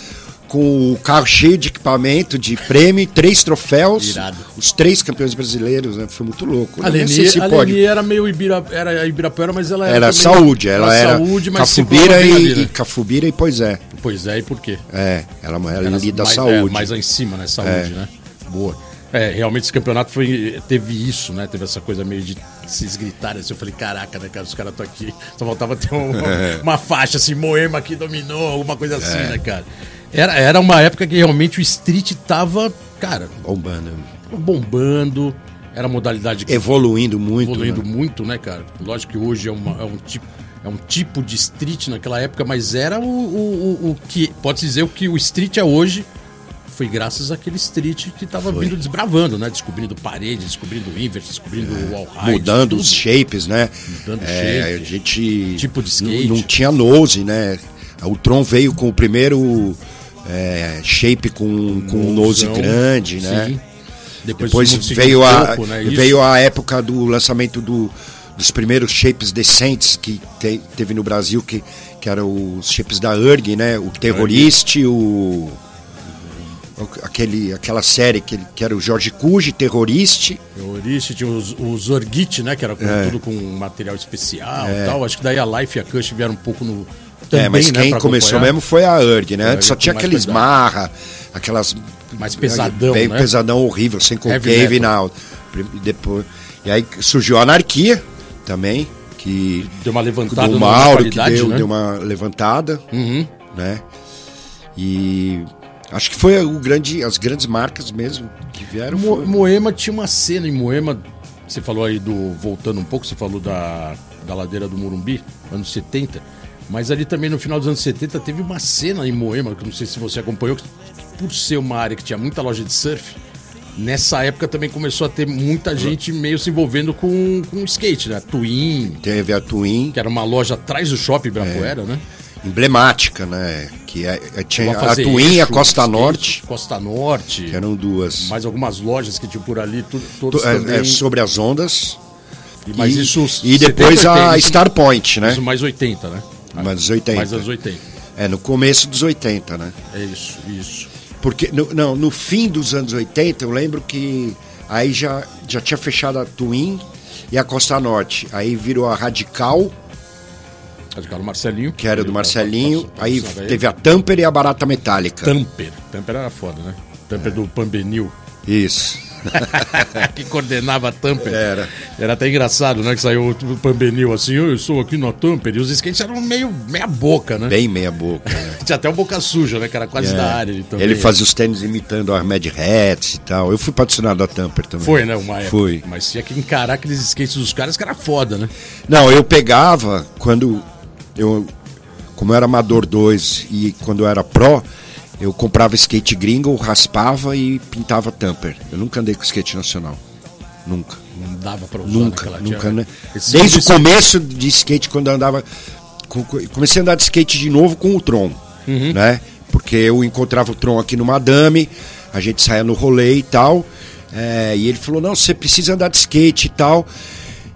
S3: com o carro cheio de equipamento, de prêmio, três troféus.
S1: Irado.
S3: Os três campeões brasileiros, né? Foi muito louco.
S1: A
S3: Eu nem
S1: Leni,
S3: sei se
S1: a
S3: pode.
S1: Leni era meio Ibira, era Ibirapuera, mas ela
S3: Era
S1: também-
S3: saúde, ela era
S1: saúde, mas
S3: Cafubira
S1: circulava
S3: e,
S1: brincadeira.
S3: e Cafubira e pois é.
S1: Pois é, e por quê?
S3: É, ela era
S1: Era
S3: ali da
S1: mais, É,
S3: saúde.
S1: mais lá em cima, né? Saúde, né? Boa. É, realmente esse campeonato foi, teve isso, né? Teve essa coisa meio de se gritarem assim. Eu falei, caraca, né, cara? Os caras estão aqui. Só faltava ter um- uma faixa assim, Moema que dominou, alguma coisa assim,
S3: É.
S1: né, cara? Era, era uma época que realmente o street tava, cara,
S3: Bombando.
S1: bombando. Era a modalidade que
S3: Evoluindo muito.
S1: evoluindo
S3: né?
S1: muito, né, cara? Lógico que hoje é, uma- é um tipo. É um tipo de street naquela época, mas era o, o, o- o que. Pode dizer o que o street é hoje. Foi graças àquele street que tava vindo desbravando, né? Descobrindo parede, descobrindo inverse, descobrindo wall height.
S3: É. Mudando
S1: tudo.
S3: os shapes, né?
S1: Mudando
S3: é,
S1: shape.
S3: A gente.
S1: Tipo de
S3: n-
S1: skate.
S3: Não, tinha nose, né? O Tron veio com o primeiro é, shape com, com um nose
S1: Mãozão.
S3: grande, né?
S1: Então, Sim. Depois,
S3: Depois
S1: todo mundo seguiu
S3: veio,
S1: um
S3: a,
S1: pouco, né? Isso.
S3: veio a época do lançamento do- dos primeiros shapes decentes que te- teve no Brasil, que, que eram os shapes da URG, né? O Terroriste, o. o- Aquele, aquela série que, ele- que era o Jorge Cuji, É, Terroriste.
S1: É O Orice tinha os, os Orgit, né? Que era com-
S3: É.
S1: tudo com material especial e tal. Acho que daí a Life e a Cush vieram um pouco no.
S3: é, mas
S1: né,
S3: quem
S1: pra
S3: começou
S1: acompanhar.
S3: mesmo foi a URG, né?
S1: A
S3: Antes só
S1: URG
S3: tinha
S1: com mais
S3: aqueles
S1: cuidado.
S3: marra, aquelas.
S1: Mais pesadão,
S3: Bem
S1: né?
S3: pesadão horrível, sem concave
S1: metal.
S3: e nada. Prim- e Depois, e aí surgiu a anarquia também, que.
S1: Deu uma levantada
S3: do
S1: na
S3: Mauro, que
S1: qualidade,
S3: deu,
S1: né? Uhum.
S3: deu uma levantada, né? E acho que foi o grande, as grandes marcas mesmo que vieram.
S1: Mo-
S3: foi-
S1: Moema tinha uma cena em Moema. Você falou aí do. Voltando um pouco, você falou da, da ladeira do Morumbi, anos 70. Mas ali também no final dos anos 70 teve uma cena em Moema, que eu não sei se você acompanhou, que por ser uma área que tinha muita loja de surf, nessa época também começou a ter muita gente meio se envolvendo com, com skate, né? Twin,
S3: Teve a Twin,
S1: que era uma loja atrás do shopping Ibirapuera, né?
S3: emblemática, né? Que é- é- tinha
S1: Chegou
S3: a
S1: fazer
S3: Twin e a
S1: eixo,
S3: Costa
S1: skate,
S3: Norte,
S1: Costa Norte.
S3: que eram duas.
S1: Mais algumas lojas que tinham por ali, tudo, todos
S3: To- é-
S1: também.
S3: é, sobre as ondas.
S1: Mas
S3: e,
S1: isso-
S3: e depois
S1: 70,
S3: a
S1: isso-
S3: Star Point, né?
S1: Isso mais 80, né?
S3: Mais os 80.
S1: Mais anos 80.
S3: É, no começo dos 80, né?
S1: É isso, isso.
S3: Porque, no, não, no fim dos anos 80, eu lembro que aí já, já tinha fechado a Twin e a Costa Norte. Aí virou a Radical,
S1: Radical Marcelinho.
S3: que era do
S1: Ele tá
S3: Marcelinho.
S1: passou- passou-
S3: Aí
S1: passava
S3: teve a Tamper e a É. Barata Metálica.
S1: é Tamper. Tamper era foda, né? Tamper do Pambenil.
S3: Isso.
S1: que coordenava a Tamper.
S3: Era.
S1: Era até engraçado, né? Que saiu o Pambenil assim, "Eu estou aqui na Tamper. E os skates eram meio meia boca, né?
S3: Bem meia boca. Né?
S1: Tinha até o boca suja, né? Que era quase
S3: É.
S1: da área. também.
S3: Ele fazia os tênis imitando a Mad Hats e tal. Eu fui patrocinado da Tamper também.
S1: Foi, né? Uma época.
S3: Foi.
S1: Mas tinha que encarar aqueles skates dos caras que era foda, né?
S3: Não, eu pegava quando eu como eu era amador 2 e quando eu era pró, eu comprava skate gringo, raspava e pintava tamper. Eu nunca andei com skate nacional. Nunca.
S1: Não dava pra usar
S3: Nunca,
S1: naquela-
S3: nunca,
S1: tinha-
S3: né?
S1: Esse
S3: Desde o
S1: tipo de-
S3: começo de skate, quando eu andava. com- com- Comecei a andar de skate de novo com o Tron,
S1: Uhum.
S3: né? Porque eu encontrava o Tron aqui no Madame, a gente saía no rolê e tal. é, e ele falou: não, você precisa andar de skate e tal.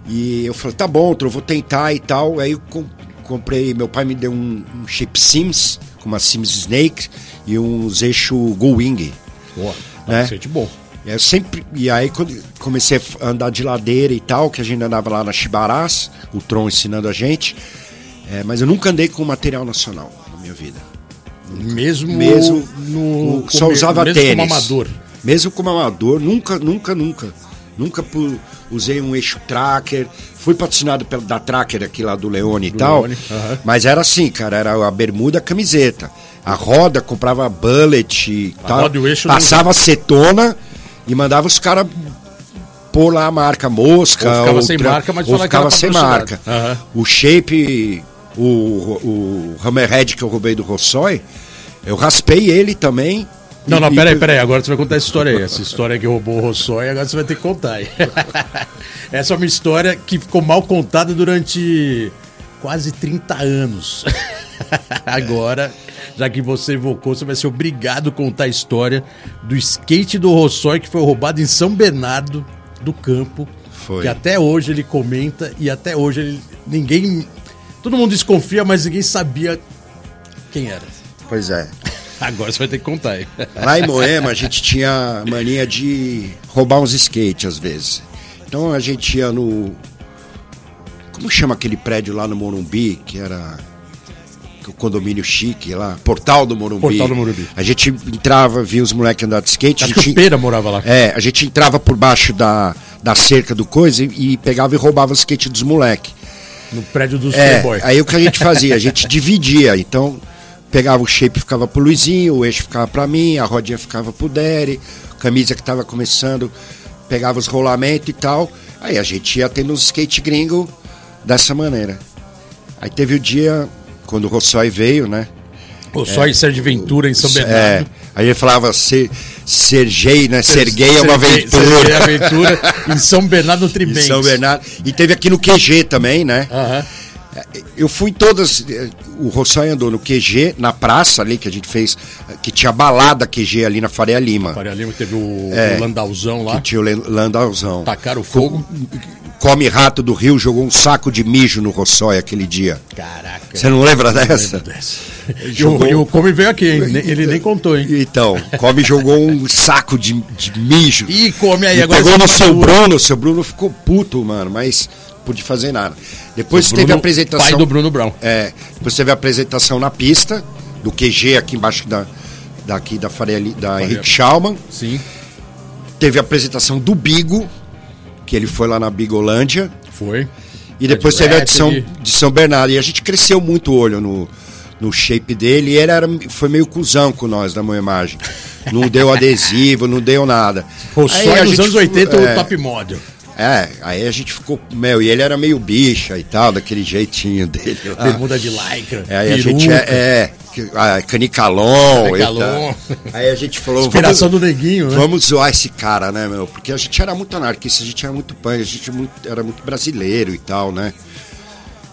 S3: E eu falei: tá bom, Tron, vou tentar e tal. Aí eu com- comprei, meu pai me deu um, um shape Sims, com uma Sims Snake e uns eixo Go Wing.
S1: Boa.
S3: né?
S1: Skate bom.
S3: Eu sempre, e aí quando comecei a andar de ladeira e tal, que a gente andava lá na Chibarás, o Tron ensinando a gente, é, mas eu nunca andei com material nacional na minha vida.
S1: Mesmo,
S3: Mesmo
S1: no
S3: o- só usava
S1: mesmo
S3: tênis.
S1: como amador.
S3: Mesmo como amador, nunca, nunca, nunca. Nunca pu- usei um eixo tracker. Fui patrocinado pela, da tracker aqui lá do Leone e tal.
S1: Leone, aham.
S3: Mas era assim, cara, era a bermuda, a camiseta. A roda, comprava bullet e
S1: A
S3: tal.
S1: roda e o eixo não
S3: passava cetona e mandava os caras pôr lá a marca mosca.
S1: Ou ficava sem marca, mas
S3: ou
S1: falava que era
S3: ficava sem marca.
S1: patrocinado. Aham.
S3: O shape, o, o Hammerhead que eu roubei do Rossoy, eu raspei ele também.
S1: Não, não,
S3: E-
S1: peraí,
S3: e-
S1: peraí. Agora você vai contar essa história aí. Essa história que roubou o Rossói, agora você vai ter que contar aí. Essa é uma história que ficou mal contada durante quase 30 anos. Agora, já que você evocou, você vai ser obrigado a contar a história do skate do Rossói que foi roubado em São Bernardo do Campo.
S3: Foi.
S1: Que até hoje ele comenta e até hoje ele, ninguém. Todo mundo desconfia, mas ninguém sabia quem era.
S3: Pois é.
S1: Agora você vai ter que contar aí.
S3: Lá em Moema a gente tinha mania de roubar uns skates às vezes. Então a gente ia no. Como chama aquele prédio lá no Morumbi, que era o condomínio chique lá, Portal do Morumbi.
S1: Portal do Morumbi.
S3: A gente entrava, via os moleques andar de skate.
S1: A
S3: gente-
S1: chupeira morava lá.
S3: é, a gente entrava por baixo da, da cerca do coisa e, e pegava e roubava o skate dos moleques.
S1: No prédio dos
S3: É,
S1: Playboy.
S3: aí o que a gente fazia? A gente dividia, então pegava o shape ficava pro Luizinho, o eixo ficava pra mim, a rodinha ficava pro Dery, camisa que tava começando, pegava os rolamentos e tal. Aí a gente ia tendo uns skate gringo dessa maneira. Aí teve o dia, quando o Rossói veio, né?
S1: Pô, só em Sérgio Ventura, em São
S3: É,
S1: Bernardo.
S3: aí ele falava, "Se- Sergei, né? Serguei é uma
S1: Serguei-
S3: aventura.
S1: Serguei é aventura em São Bernardo do
S3: Em
S1: Tribentes.
S3: São Bernardo. E teve aqui no QG também, né?
S1: Aham.
S3: Eu fui em todas. eh, O Rossai andou no QG, na praça ali que a gente fez, eh, que tinha balada QG ali na Faria Lima.
S1: Faria Lima teve o,
S3: É.
S1: o Landauzão lá.
S3: Que tinha o Len- Landauzão.
S1: Tacaram fogo.
S3: Come Rato do Rio jogou um saco de mijo no Rossói aquele dia.
S1: Caraca.
S3: Você não lembra dessa?
S1: E o, e o Come veio aqui, hein? Ne- Ele nem contou, hein?
S3: Então, Come jogou um saco de, de mijo.
S1: Ih, come aí,
S3: E
S1: agora
S3: pegou
S1: você
S3: no seu
S1: continua.
S3: Bruno, seu Bruno ficou puto, mano, mas não pude fazer nada. Depois
S1: O
S3: teve a
S1: Bruno-
S3: apresentação.
S1: pai do Bruno Brown.
S3: É, depois teve a apresentação na pista, do QG aqui embaixo da, daqui da Faria, Li- da Henrique Schaumann.
S1: Sim.
S3: Teve a apresentação do Bigo, que ele foi lá na Bigolândia.
S1: Foi.
S3: E depois
S1: Red
S3: teve a de São,
S1: Rapid.
S3: de São Bernardo. E a gente cresceu muito o olho no, no shape dele. E ele era, foi meio cuzão com nós da Moemagem. Não deu adesivo, não deu nada.
S1: Pô,
S3: Aí
S1: só
S3: a
S1: nos
S3: gente
S1: anos
S3: fu-
S1: 80
S3: é,
S1: o top model.
S3: É, aí a gente ficou. Meu, e ele era meio bicha e tal, daquele jeitinho dele. lá.
S1: Bermuda de lycra.
S3: Ah. É, aí a
S1: peruca.
S3: gente é, é que- ah, canicalon.
S1: Canicalon.
S3: e tal. Aí a gente falou.
S1: Inspiração do Neguinho, né?
S3: Vamos zoar esse cara, né, meu? Porque a gente era muito anarquista, a gente era muito punk, a gente muito- era muito brasileiro e tal, né?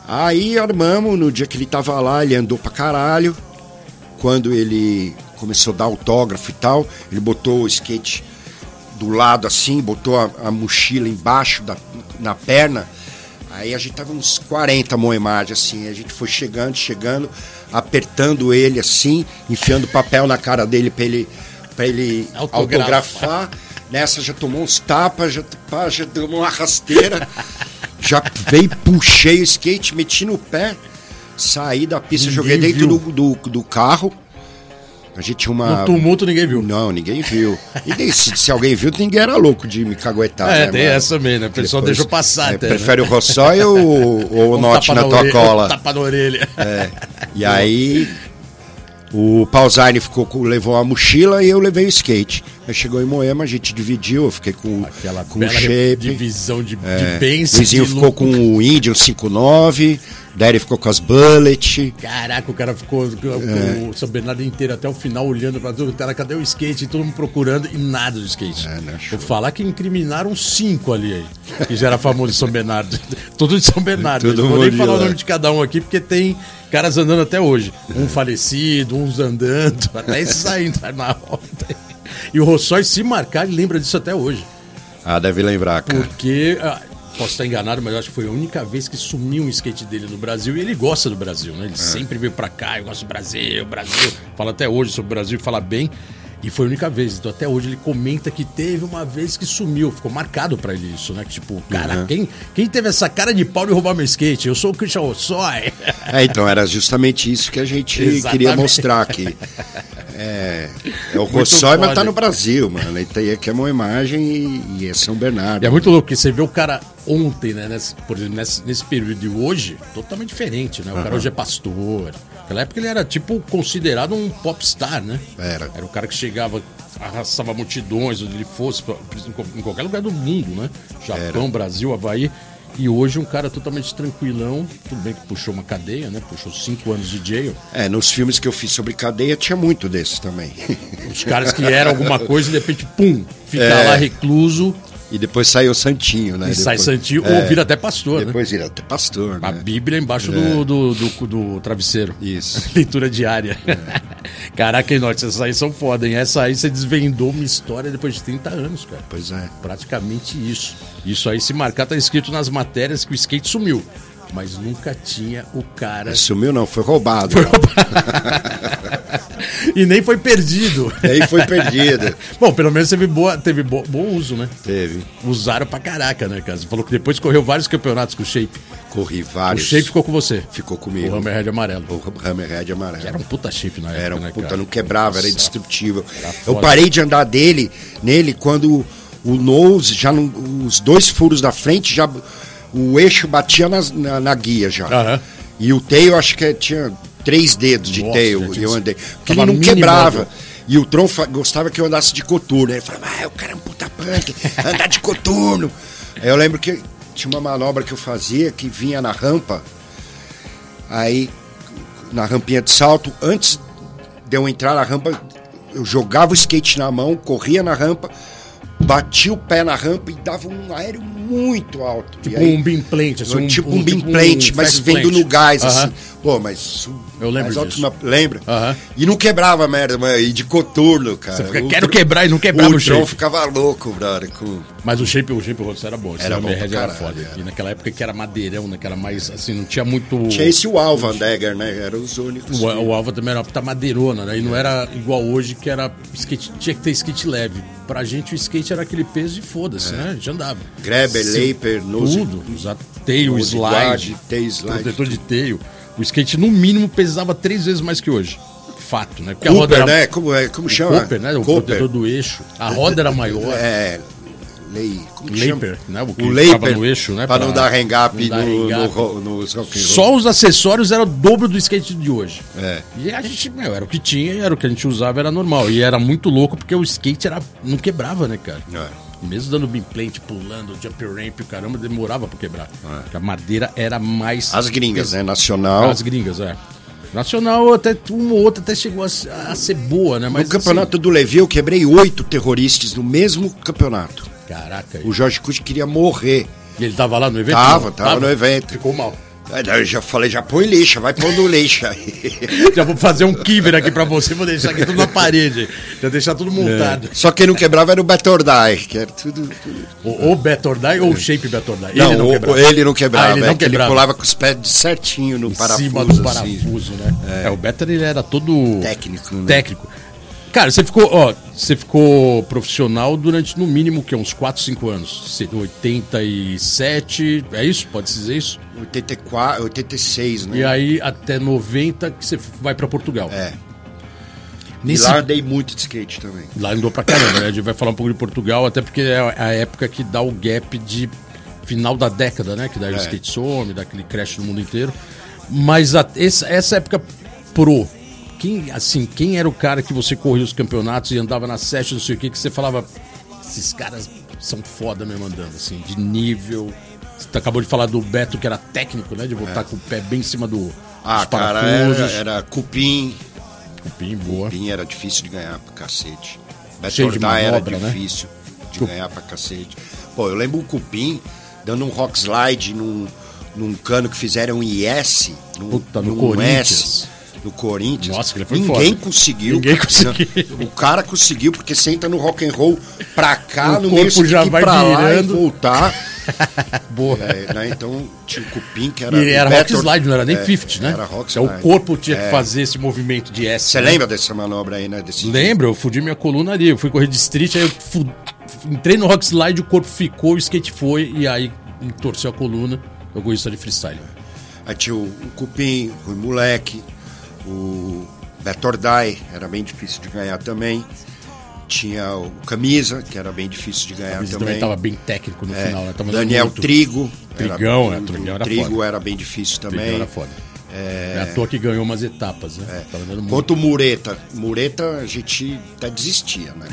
S3: Aí armamos, no dia que ele tava lá, ele andou pra caralho. Quando ele começou a dar autógrafo e tal, ele botou o skate do lado assim, botou a, a mochila embaixo da, na perna. Aí a gente tava uns 40 moemagens assim, a gente foi chegando, chegando, apertando ele assim, enfiando papel na cara dele pra ele, pra ele
S1: Autografar.
S3: autografar. Nessa já tomou uns tapas, já, pá, já tomou uma rasteira. já veio, puxei o skate, meti no pé, saí da pista,
S1: Ninguém
S3: joguei dentro
S1: viu.
S3: do, do, do carro. A gente tinha uma.
S1: No tumulto ninguém viu.
S3: Não, ninguém viu. E nem se, se alguém viu, ninguém era louco de me caguetar.
S1: É,
S3: né,
S1: tem
S3: mano?
S1: essa também, né? O pessoal
S3: Depois,
S1: deixou passar
S3: é,
S1: até. né?
S3: Prefere o Rossói ou, ou o
S1: Um
S3: Norte
S1: tapa
S3: na tua
S1: orelha- um
S3: cola?
S1: Tapa na orelha.
S3: É. E aí o Pausani ficou com- levou a mochila e eu levei o skate. Aí chegou em Moema, a gente dividiu, eu fiquei com,
S1: Aquela
S3: com o
S1: bela
S3: shape.
S1: divisão de,
S3: É.
S1: de bens.
S3: Luizinho
S1: de
S3: ficou
S1: lucro.
S3: com o Índio 59, Derry ficou com as Bullet.
S1: Caraca, o cara ficou
S3: É.
S1: o São Bernardo inteiro até o final olhando pra tudo. Cara, cadê o skate? E todo mundo procurando e nada do skate.
S3: É, né, show.
S1: Vou falar que incriminaram cinco ali aí, que já era famoso de São Bernardo. Tudo de São Bernardo.
S3: Todo
S1: Não vou nem
S3: mundo de
S1: falar o
S3: lá.
S1: nome de cada um aqui, porque tem caras andando até hoje. Um
S3: É.
S1: falecido, uns andando, até esses ainda na roda. E o Rossói, se marcar, ele lembra disso até hoje.
S3: Ah, deve lembrar, cara.
S1: Porque, ah, posso estar enganado, mas eu acho que foi a única vez que sumiu um skate dele no Brasil. E ele gosta do Brasil, né? Ele sempre veio pra cá, eu gosto do Brasil, Brasil. Fala até hoje sobre o Brasil, e fala bem. E foi a única vez. Então até hoje ele comenta que teve uma vez que sumiu. Ficou marcado pra ele isso, né? Que tipo, cara, quem, quem teve essa cara de pau de roubar meu skate? Eu sou o Christian Ossoy.
S3: É, então era justamente isso que a gente
S1: Exatamente.
S3: queria mostrar aqui. É, é o
S1: Muito
S3: Rossói, mas tá
S1: foda.
S3: no Brasil, mano. E tem aqui é uma imagem e, e é São Bernardo.
S1: E é muito louco, porque você vê o cara ontem, né? Nesse, por exemplo, nesse, nesse período de hoje, totalmente diferente, né? O cara hoje é pastor. Naquela época ele era, tipo, considerado um popstar, né?
S3: Era.
S1: Era o cara que chegava, arrastava multidões onde ele fosse, pra- em qual- em qualquer lugar do mundo, né? Japão, Brasil, Havaí. E hoje um cara totalmente tranquilão, tudo bem que puxou uma cadeia, né? Puxou cinco anos de jail.
S3: É, nos filmes que eu fiz sobre cadeia tinha muito desses também.
S1: Os caras que eram alguma coisa, de repente, pum, fica
S3: É.
S1: lá recluso
S3: E depois saiu Santinho, né?
S1: e sai
S3: Depois-
S1: santinho,
S3: É,
S1: ou vira até pastor, né?
S3: Depois vira até pastor,
S1: A
S3: né?
S1: Bíblia embaixo do, do, do, do travesseiro.
S3: Isso. É.
S1: Leitura diária. Caraca, e nós, essas aí são foda, hein? Essa aí você desvendou uma história depois de 30 anos, cara.
S3: Pois é.
S1: Praticamente isso. Isso aí, se marcar, tá escrito nas matérias que o skate sumiu. mas nunca tinha o cara.
S3: Sumiu não, foi roubado.
S1: Foi roubado. e nem foi perdido.
S3: Daí foi perdido.
S1: Bom, pelo menos teve, boa, teve bo- bom uso, né?
S3: Teve.
S1: Usaram pra caraca, né, cara? Você falou que depois correu vários campeonatos com o Shape.
S3: Corri
S1: O
S3: vários.
S1: Shape ficou com você.
S3: Ficou
S1: O
S3: comigo.
S1: Hammerhead amarelo.
S3: O Hammerhead amarelo.
S1: Era um puta shape na época,
S3: Era um
S1: né,
S3: puta,
S1: cara?
S3: não quebrava, era
S1: Nossa.
S3: indestrutível. Eu
S1: foda.
S3: parei de andar dele, nele, quando o nose, já não, os dois furos da frente, já o eixo batia nas- na, na guia já.
S1: Aham.
S3: E o tail, acho que é- tinha três dedos de
S1: Nossa,
S3: tail,
S1: gente,
S3: eu
S1: isso
S3: andei. Porque ele
S1: tava
S3: não
S1: mínimo,
S3: quebrava.
S1: né?
S3: E o Tron fa- gostava que eu andasse de coturno. Ele falava, ah, o cara é um puta punk, andar de coturno. Aí eu lembro que tinha uma manobra que eu fazia que vinha na rampa, aí na rampinha de salto, antes de eu entrar na rampa, eu jogava o skate na mão, corria na rampa, batia o pé na rampa e dava um aéreo muito alto. E
S1: Tipo
S3: aí-
S1: um bimplante, assim.
S3: tipo um bimplante, mas
S1: fast
S3: vendo
S1: plant.
S3: no gás,
S1: Aham.
S3: assim. Pô, mas.
S1: Eu lembro
S3: mais alto
S1: disso.
S3: na- lembra?
S1: Aham.
S3: E não quebrava a merda, mas e de coturno, cara.
S1: Você fica,
S3: O
S1: quero
S3: Dro-
S1: quebrar e não quebrava o
S3: O John
S1: shape.
S3: ficava louco, brother. Com...
S1: Mas o shape, o shape rosto era bom. Esse
S3: Era bom pra
S1: Hammerhead era
S3: caralho, é.
S1: foda.
S3: era.
S1: E naquela época que era madeirão, né? Que era mais, assim, não tinha muito...
S3: Tinha esse e o Alvan Dagger, né? Eram os únicos.
S1: O, o Alva também era uma puta madeirona, né? E não era igual hoje que era skate, tinha que ter skate leve. Pra gente o skate era aquele peso e foda-se, né? A gente andava.
S3: Grabber,
S1: Se-
S3: É. laper, nose-
S1: Tudo, usar tail,
S3: nose
S1: slide,
S3: guard, tail slide,
S1: protetor de tail. O skate no mínimo pesava três vezes mais que hoje. Fato, né? Porque
S3: Cooper, né? Como, é, como chama?
S1: Cooper, né? O
S3: Cooper.
S1: protetor do eixo. A roda era maior.
S3: É. Lei. Como que
S1: Laper,
S3: chama?
S1: né? O que
S3: O
S1: ficava
S3: Laper.
S1: no eixo, né?
S3: Pra não
S1: Pra-
S3: dar hang-up
S1: não dar
S3: no, no,
S1: hang-up.
S3: ro- nos rock and roll.
S1: Só os acessórios era o dobro do skate de hoje.
S3: É.
S1: E a gente, meu, era o que tinha, era o que a gente usava, era normal. E era muito louco porque o skate era, não quebrava, né, cara?
S3: É.
S1: Mesmo dando bimplant, pulando, jump ramp, o caramba, demorava pra quebrar. Porque a madeira era mais.
S3: É. As gringas, né? Nacional.
S1: As gringas, é. Nacional, até uma ou outra até chegou a, se- a ser boa, né? Mas.
S3: no campeonato do Levi, eu quebrei oito terroristas no mesmo campeonato.
S1: assim, caraca.
S3: O Jorge Cuti queria morrer.
S1: E ele tava lá no evento?
S3: Tava,
S1: Não,
S3: tava no evento.
S1: Ficou mal.
S3: Aí daí Ah, eu já falei, já põe lixa, vai pondo lixa aí.
S1: Já vou fazer um kiver aqui pra você, vou deixar aqui tudo na parede. Já deixar tudo montado.
S3: Só quem não quebrava era o Betordai, que era tudo. tudo-
S1: Ou, ou Betordai ou Shape Betordai.
S3: É. Não, o- ele não quebrava.
S1: Ah, ele
S3: é
S1: não
S3: que ele
S1: quebrava.
S3: pulava com os pés de certinho no
S1: Em
S3: parafuso.
S1: cima do
S3: assim.
S1: parafuso, né? É, o Better ele era todo...
S3: Técnico, né?
S1: Técnico. Cara, você ficou, ó, você ficou profissional durante no mínimo que uns 4, 5 anos. Você- 87, é isso? Pode se dizer isso?
S3: 84, 86, né?
S1: E aí até 90 que você vai pra Portugal.
S3: É. E
S1: Nesse
S3: lá eu andei muito de skate também.
S1: Lá andou pra caramba, né? A gente vai falar um pouco de Portugal, até porque é a época que dá o gap de final da década, né? Que dá o
S3: É.
S1: skate some, dá aquele crash no mundo inteiro. Mas a- essa, essa época pro, quem, assim, quem era o cara que você corria os campeonatos e andava na session, não sei o que, que você falava, esses caras são foda mesmo andando, assim, de nível. Você acabou de falar do Beto, que era técnico, né? De voltar com o pé bem em cima do,
S3: É. Ah,
S1: dos
S3: cara, era, era cupim.
S1: Cupim, boa.
S3: Cupim era difícil de ganhar pra cacete.
S1: Cheio de
S3: Betordai era
S1: manobra, né?
S3: difícil de ganhar pra cacete. Pô, eu lembro o Cupim dando um rock slide num, num cano que fizeram em IS, num,
S1: Puta, no
S3: num
S1: Corinthians.
S3: S, no Corinthians.
S1: Nossa, que ele foi
S3: Ninguém
S1: foda.
S3: conseguiu.
S1: Ninguém conseguiu.
S3: O cara conseguiu, porque senta no rock and roll pra cá,
S1: O
S3: no
S1: corpo
S3: meio você tem
S1: já
S3: que ir
S1: vai
S3: pra lá e
S1: virando.
S3: voltar.
S1: Boa.
S3: É, né, Então tinha o Cupim que
S1: E
S3: era.
S1: ele era
S3: o
S1: rock
S3: Betor-
S1: slide, não era nem
S3: É,
S1: 50, né?
S3: Era rock
S1: Então,
S3: slide.
S1: o corpo tinha que
S3: É.
S1: fazer esse movimento de S.
S3: Você
S1: né?
S3: lembra dessa manobra aí, né? Desse
S1: Lembro, eu fudi minha coluna ali. Eu fui correr de street, aí eu fu- entrei no rock slide, o corpo ficou, o skate foi, e aí torceu a coluna. Eu corri só de
S3: É,
S1: freestyle.
S3: Aí tinha o, o Cupim, o Rui Moleque, o Betordai, era bem difícil de ganhar também. Tinha o Camisa, que era bem difícil de ganhar
S1: Mas também
S3: também.
S1: tava bem técnico no
S3: É,
S1: final. Né? Tava
S3: Daniel
S1: muito-
S3: Trigo.
S1: Trigão, é,
S3: o
S1: Trigão era
S3: Trigo
S1: foda.
S3: era bem difícil
S1: Trigão
S3: também. É.
S1: era foda. É... à toa que ganhou umas etapas, né? Tava dando muito.
S3: Quanto o Mureta. Mureta, a gente até desistia, né?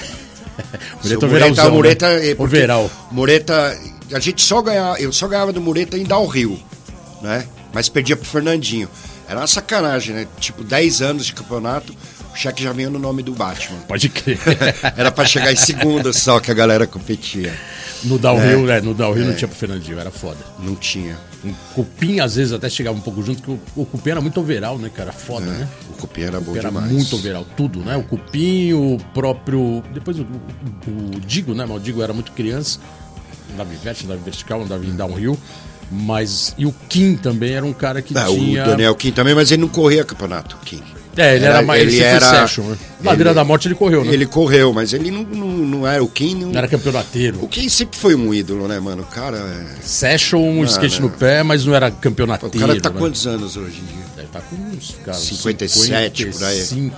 S1: Mureta
S3: Seu
S1: é o Veralzão, né?
S3: Mureta, é
S1: O
S3: porque
S1: Veral.
S3: Mureta, a gente só ganhava, eu só ganhava do Mureta em Rio, né? Mas perdia pro Fernandinho. Era uma sacanagem, né? Tipo, 10 anos de campeonato, o cheque já vinha no nome do Batman.
S1: Pode crer.
S3: Era pra chegar em segunda só que a galera competia.
S1: no downhill,
S3: É.
S1: né? No downhill não tinha pro Fernandinho, era foda.
S3: Não tinha.
S1: O Cupim, às vezes, até chegava um pouco junto, porque o, o Cupim era muito overall, né, cara? Foda, né?
S3: O Cupim era É, bom
S1: Era
S3: demais.
S1: muito overall, tudo, né? O Cupim, o próprio. Depois o, o- o Digo, né? Mas o Digo era muito criança. Andava em verte, andava em vertical, andava em downhill. Mas. E o Kim também era um cara que
S3: Ah,
S1: tinha.
S3: O Daniel Kim também, mas ele não corria campeonato, Kim.
S1: É, ele era, mais
S3: ele
S1: sempre
S3: era-
S1: session, né? Ladeira
S3: ele-
S1: da Morte ele correu, né?
S3: Ele correu, mas ele não, não, não era o Kim. Não...
S1: Não era campeonateiro.
S3: O Kim sempre foi um ídolo, né, mano? O cara, é-
S1: Session, um skate
S3: não.
S1: no pé, mas não era
S3: o
S1: campeonateiro.
S3: cara tá
S1: né?
S3: quantos anos hoje em dia?
S1: Deve tá com uns, cara,
S3: 57 por aí.
S1: 55.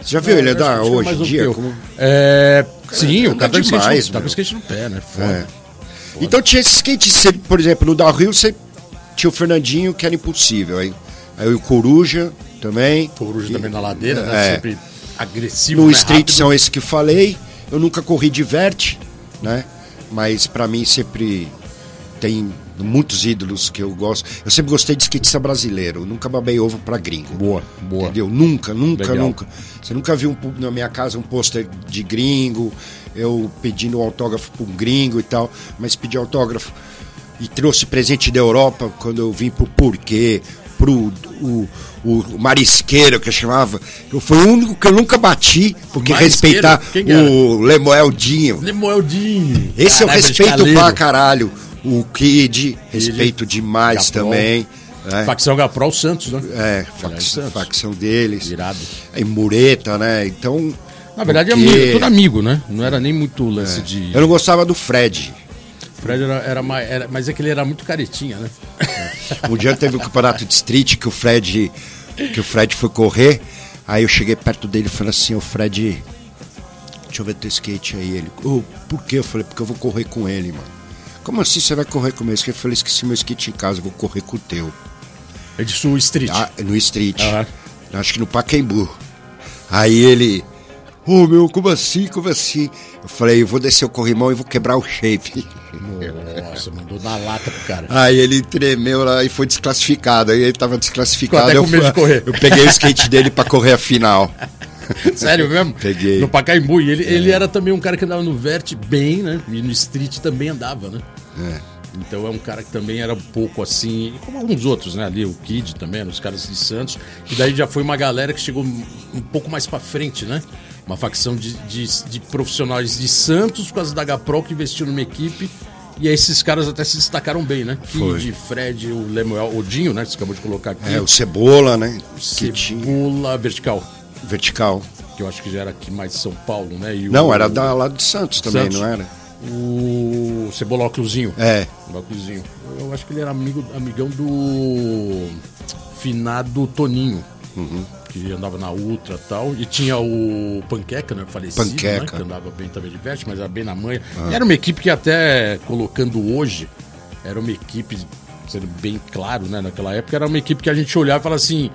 S3: Você já viu ele
S1: Acho que
S3: andar
S1: tinha
S3: hoje
S1: mais
S3: em
S1: um
S3: dia?
S1: que eu.
S3: Como-
S1: É, sim, o
S3: anda
S1: cara tá com skate
S3: demais,
S1: no- tá com
S3: meu.
S1: skate no pé, né? Foda.
S3: É. Então tinha esse skate, você- por exemplo, no da Rio, você tinha o Fernandinho, que era impossível. Aí, aí o Coruja também.
S1: Coruja
S3: E-
S1: também na ladeira, né?
S3: É.
S1: Sempre agressivo,
S3: No
S1: né?
S3: street
S1: Rápido.
S3: são esses que falei. Eu nunca corri de vert, né? Mas pra mim sempre tem muitos ídolos que eu gosto. Eu sempre gostei de skatista brasileiro. Eu nunca babei ovo pra gringo.
S1: Boa, boa.
S3: Entendeu? Nunca, nunca,
S1: Legal.
S3: nunca. Você nunca viu um pu- na minha casa um pôster de gringo, eu pedindo autógrafo pra um gringo e tal, mas pedi autógrafo e trouxe presente da Europa quando eu vim pro Porquê, pro o, o marisqueiro que eu chamava. Eu fui o único que eu nunca bati, porque
S1: Marisqueiro?
S3: respeitar
S1: Quem que era?
S3: o Lemoeldinho.
S1: Lemueldinho.
S3: Esse eu
S1: Caraca,
S3: respeito
S1: escaleiro.
S3: pra caralho. O Kid, respeito demais
S1: Capão.
S3: também. né?
S1: Facção Gaprol Santos, né?
S3: É,
S1: Aliás,
S3: facção,
S1: Santos.
S3: facção deles.
S1: Irado.
S3: Aí mureta, né? Então.
S1: Na verdade, é
S3: porque-
S1: amigo, tudo amigo, né? Não era nem muito lance de.
S3: É. Eu não gostava do Fred.
S1: Fred era, era, mais- era- mas é que ele era muito caretinha, né?
S3: Um dia teve um campeonato de street que o Fred. Que o Fred foi correr. Aí eu cheguei perto dele e falei assim, o Fred. Deixa eu ver teu skate aí. Ele. "Ô, por quê? Eu falei, porque eu vou correr com ele, mano. Como assim você vai correr com o meu skate? Eu falei, esqueci meu skate em casa, eu vou correr com o teu.
S1: É de Sul Street.
S3: Ah, no street.
S1: Aham.
S3: Acho que no Pacaembu. Aí ele. Ô meu, como assim? Como assim? Eu falei, eu vou descer o corrimão e vou quebrar o shape.
S1: Nossa, mandou na lata pro cara.
S3: Aí ele tremeu lá e foi desclassificado. Aí ele tava desclassificado.
S1: Ficou até
S3: eu,
S1: com medo
S3: fui-
S1: de correr.
S3: eu peguei o skate dele pra correr a final.
S1: Sério mesmo?
S3: Peguei. É.
S1: No Pacaembu. E ele, ele era também um cara que andava no vert bem, né? E no street também andava, né? Então é um cara que também era um pouco assim, como alguns outros, né? Ali, o Kid também, os caras de Santos. E daí já foi uma galera que chegou um um pouco mais pra frente, né? Uma facção de, de, de profissionais de Santos, por causa da Gapro, que investiu numa equipe. E aí esses caras até se destacaram bem, né?
S3: Foi.
S1: Kid, Fred, o Lemuel, o Dinho, né? Que você acabou de colocar aqui.
S3: É, o Cebola, né? Que tinha um
S1: Cebola Vertical,
S3: vertical.
S1: que eu acho que já era aqui mais de São Paulo, né? E o-
S3: Não, era da, lá de Santos também,
S1: Santos.
S3: não era?
S1: O Cebola Óculosinho.
S3: É.
S1: Balcozinho. Eu acho que ele era amigo, amigão do finado Toninho.
S3: Uhum.
S1: Que andava na Ultra e tal. E tinha o Panqueca, né? Falecido, né?
S3: Panqueca. Ah.
S1: Que andava bem também de veste, mas era bem na manha. E Era uma equipe que até, colocando hoje, era uma equipe, sendo bem claro, né? Naquela época, era uma equipe que a gente olhava e falava assim...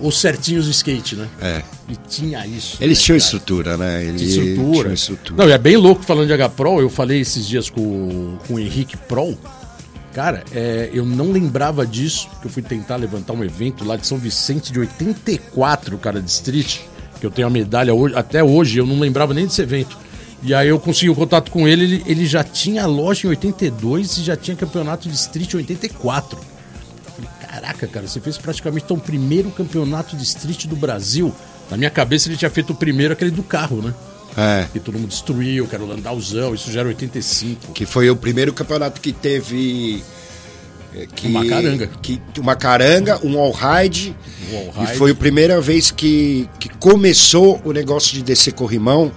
S1: Os certinhos do skate, né?
S3: É.
S1: E tinha isso.
S3: Eles
S1: né,
S3: tinham
S1: cara?
S3: estrutura, né? Ele
S1: de estrutura.
S3: tinha estrutura.
S1: Não, e é bem louco falando de H-Pro. Eu falei esses dias com, com o Henrique Prol. Cara, é, eu não lembrava disso, que eu fui tentar levantar um evento lá de São Vicente de 84, cara, de street, que eu tenho a medalha hoje, até hoje, eu não lembrava nem desse evento. E aí eu consegui o contato com ele, ele, ele já tinha loja em 82 e já tinha campeonato de street em 84. Falei, Caraca, cara, você fez praticamente então, o primeiro campeonato de street do Brasil. Na minha cabeça ele tinha feito o primeiro, aquele do carro, né?
S3: É.
S1: que todo mundo destruiu, que era o Landauzão, isso já era 85.
S3: Que foi o primeiro campeonato que teve. eh, Que,
S1: Uma caranga.
S3: Que, uma caranga, um all-ride.
S1: Um all-ride.
S3: e foi a primeira vez que, que começou o negócio de descer corrimão.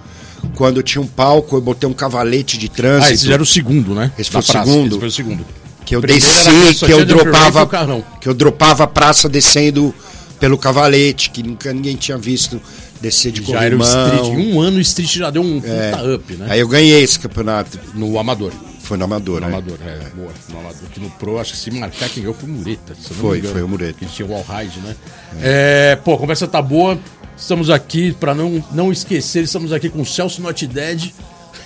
S3: Quando tinha um palco, eu botei um cavalete de trânsito.
S1: Ah, esse já era o segundo, né?
S3: Esse
S1: Da
S3: foi o
S1: praça,
S3: segundo.
S1: Esse foi o segundo.
S3: Que eu
S1: Primeiro era
S3: desci,
S1: só
S3: que eu
S1: tinha Jump Rail e
S3: dropava.
S1: o Carrão.
S3: Que eu dropava a praça descendo pelo cavalete, que nunca ninguém tinha visto descer de
S1: Já
S3: corrimão. É.
S1: era o Street. Em um ano o Street já deu um puta up, né?
S3: Aí eu ganhei esse campeonato.
S1: No Amador.
S3: Foi no
S1: No
S3: Amador, né?
S1: Amador, é, boa. No Amador. Que no Pro, acho que se marcar quem ganhou foi o Mureta. se eu não me
S3: Foi,
S1: engano.
S3: foi o Mureta.
S1: Que tinha o All-Ride, né? É, pô, a conversa tá boa. Estamos aqui, pra não, não esquecer, estamos aqui com o Celso Not Dead.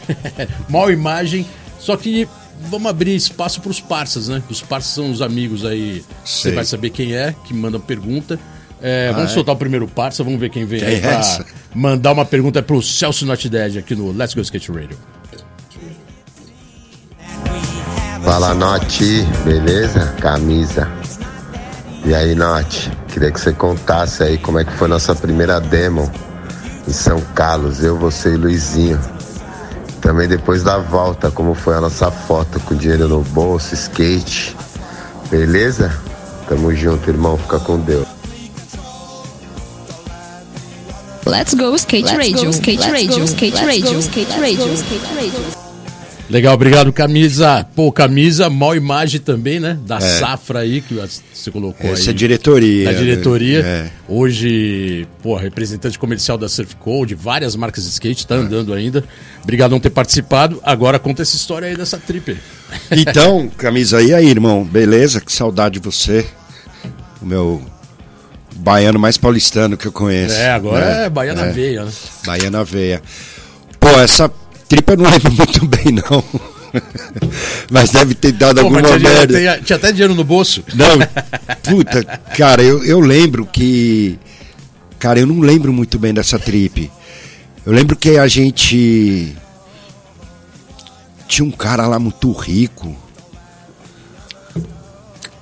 S1: Mal imagem. Só que vamos abrir espaço pros parças, né? Os parças são os amigos aí. Você
S3: Sei. Ah,
S1: vai saber quem é, que manda pergunta. É, vamos soltar o primeiro parça, vamos ver quem vem
S3: Quem
S1: aí
S3: é
S1: pra
S3: essa?
S1: mandar uma pergunta pro Celso Not Dead aqui no Let's Go Skate Radio.
S4: Fala Note, beleza? Camisa. E aí, Note, queria que você contasse aí como é que foi nossa primeira demo em São Carlos, eu, você e Luizinho. Também depois da volta, como foi a nossa foto com dinheiro no bolso, skate. Beleza? Tamo junto, irmão. Fica com Deus.
S5: Let's go skate radio, skate radio, skate radio, skate radio, skate radio.
S1: Legal, obrigado, camisa. Pô, camisa, mal imagem também, né? Da safra aí que você colocou
S3: É. Essa é
S1: aí.
S3: a diretoria.
S1: da
S3: né?
S1: diretoria.
S3: É.
S1: Hoje, pô, representante comercial da Surf Code, várias marcas de skate,
S3: É.
S1: tá andando ainda. Obrigado por ter participado. Agora conta essa história aí dessa trip.
S3: Então, camisa e aí, irmão, beleza? Que saudade de você. O meu baiano mais paulistano que eu conheço.
S1: É, agora é, Bahia na
S3: é.
S1: veia, né?
S3: Bahia na veia. Pô, essa tripa eu não lembro muito bem, não. Mas deve ter dado
S1: Pô, mas
S3: alguma
S1: tinha, dinheiro-
S3: merda.
S1: tinha- tinha até dinheiro no bolso.
S3: Não, puta, cara, eu, eu lembro que. Cara, eu não lembro muito bem dessa trip. Eu lembro que a gente. Tinha um cara lá muito rico.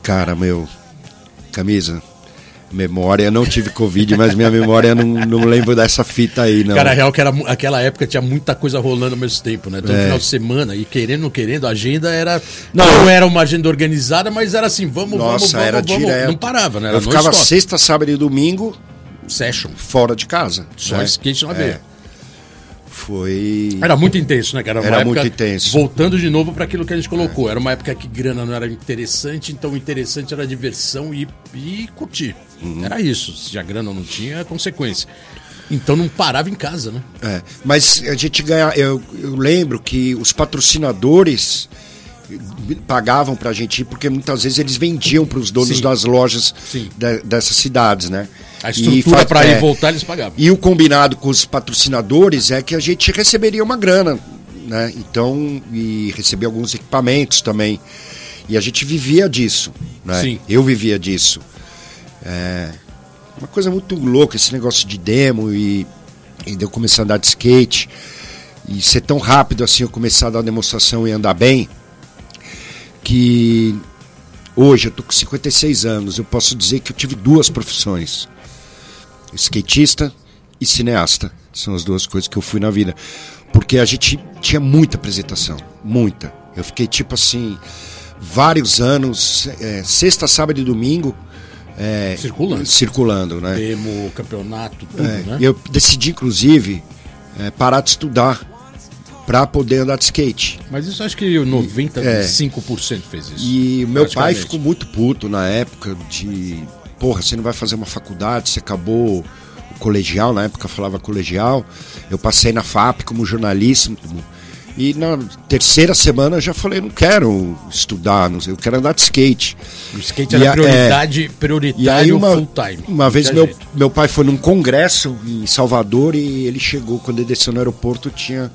S3: Cara, meu. Camisa. Memória, eu não tive Covid, mas minha memória eu não, não lembro dessa fita aí, não.
S1: Cara, a real é que era mu- aquela época tinha muita coisa rolando ao mesmo tempo, né? Então,
S3: É.
S1: final de semana, e querendo ou não querendo, a agenda era. Não,
S3: Não.
S1: era uma agenda organizada, mas era assim, vamos, vamos,
S3: Nossa,
S1: vamos,
S3: era
S1: vamos.
S3: direto.
S1: Não parava, né?
S3: Eu ficava É.
S1: non-stop.
S3: sexta, sábado e domingo
S1: session.
S3: fora de casa.
S1: Só
S3: né?
S1: skate na veia.
S3: Foi.
S1: Era muito intenso, né, cara? Uma
S3: Era
S1: época-
S3: muito intenso.
S1: Voltando de novo para aquilo que a gente colocou. Era uma época que grana não era interessante, então o interessante era diversão e, e curtir.
S3: Uhum.
S1: Era isso. Se a grana não tinha, é consequência. Então não parava em casa, né?
S3: É, mas a gente ganha. Eu, eu lembro que os patrocinadores pagavam pra gente ir, porque muitas vezes eles vendiam para os donos
S1: Sim.
S3: das lojas
S1: Sim.
S3: de- dessas cidades, né?
S1: A
S3: E
S1: estrutura
S3: fa-
S1: para ir e
S3: é,
S1: voltar eles pagavam.
S3: E o combinado com os patrocinadores é que a gente receberia uma grana, né? Então, e receber alguns equipamentos também. E a gente vivia disso, né?
S1: Sim.
S3: Eu vivia disso. É uma coisa muito louca esse negócio de demo e, e de eu começar a andar de skate e ser tão rápido assim eu começar a dar demonstração e andar bem que hoje eu tô com 56 anos, eu posso dizer que eu tive duas profissões skatista e cineasta. São as duas coisas que eu fui na vida. Porque a gente tinha muita apresentação, muita. Eu fiquei tipo assim, vários anos, eh, sexta, sábado e domingo. eh,
S1: Circulando.
S3: Circulando, né?
S1: Demo, campeonato, tudo,
S3: É,
S1: né?
S3: Eu decidi, inclusive, eh, parar de estudar para poder andar de skate.
S1: Mas isso acho que 95% fez isso.
S3: E o meu pai
S1: Praticamente.
S3: ficou muito puto na época de porra, você não vai fazer uma faculdade, você acabou o colegial, na época falava colegial. Eu passei na FAP como jornalista e na terceira semana eu já falei, não quero estudar, não sei, eu quero andar de skate.
S1: O skate
S3: E
S1: era
S3: a- é.
S1: prioridade,
S3: E aí
S1: prioritário
S3: uma,
S1: full time.
S3: uma vez
S1: Não
S3: meu,
S1: tinha jeito.
S3: meu pai foi num congresso em Salvador e ele chegou, quando ele desceu no aeroporto, tinha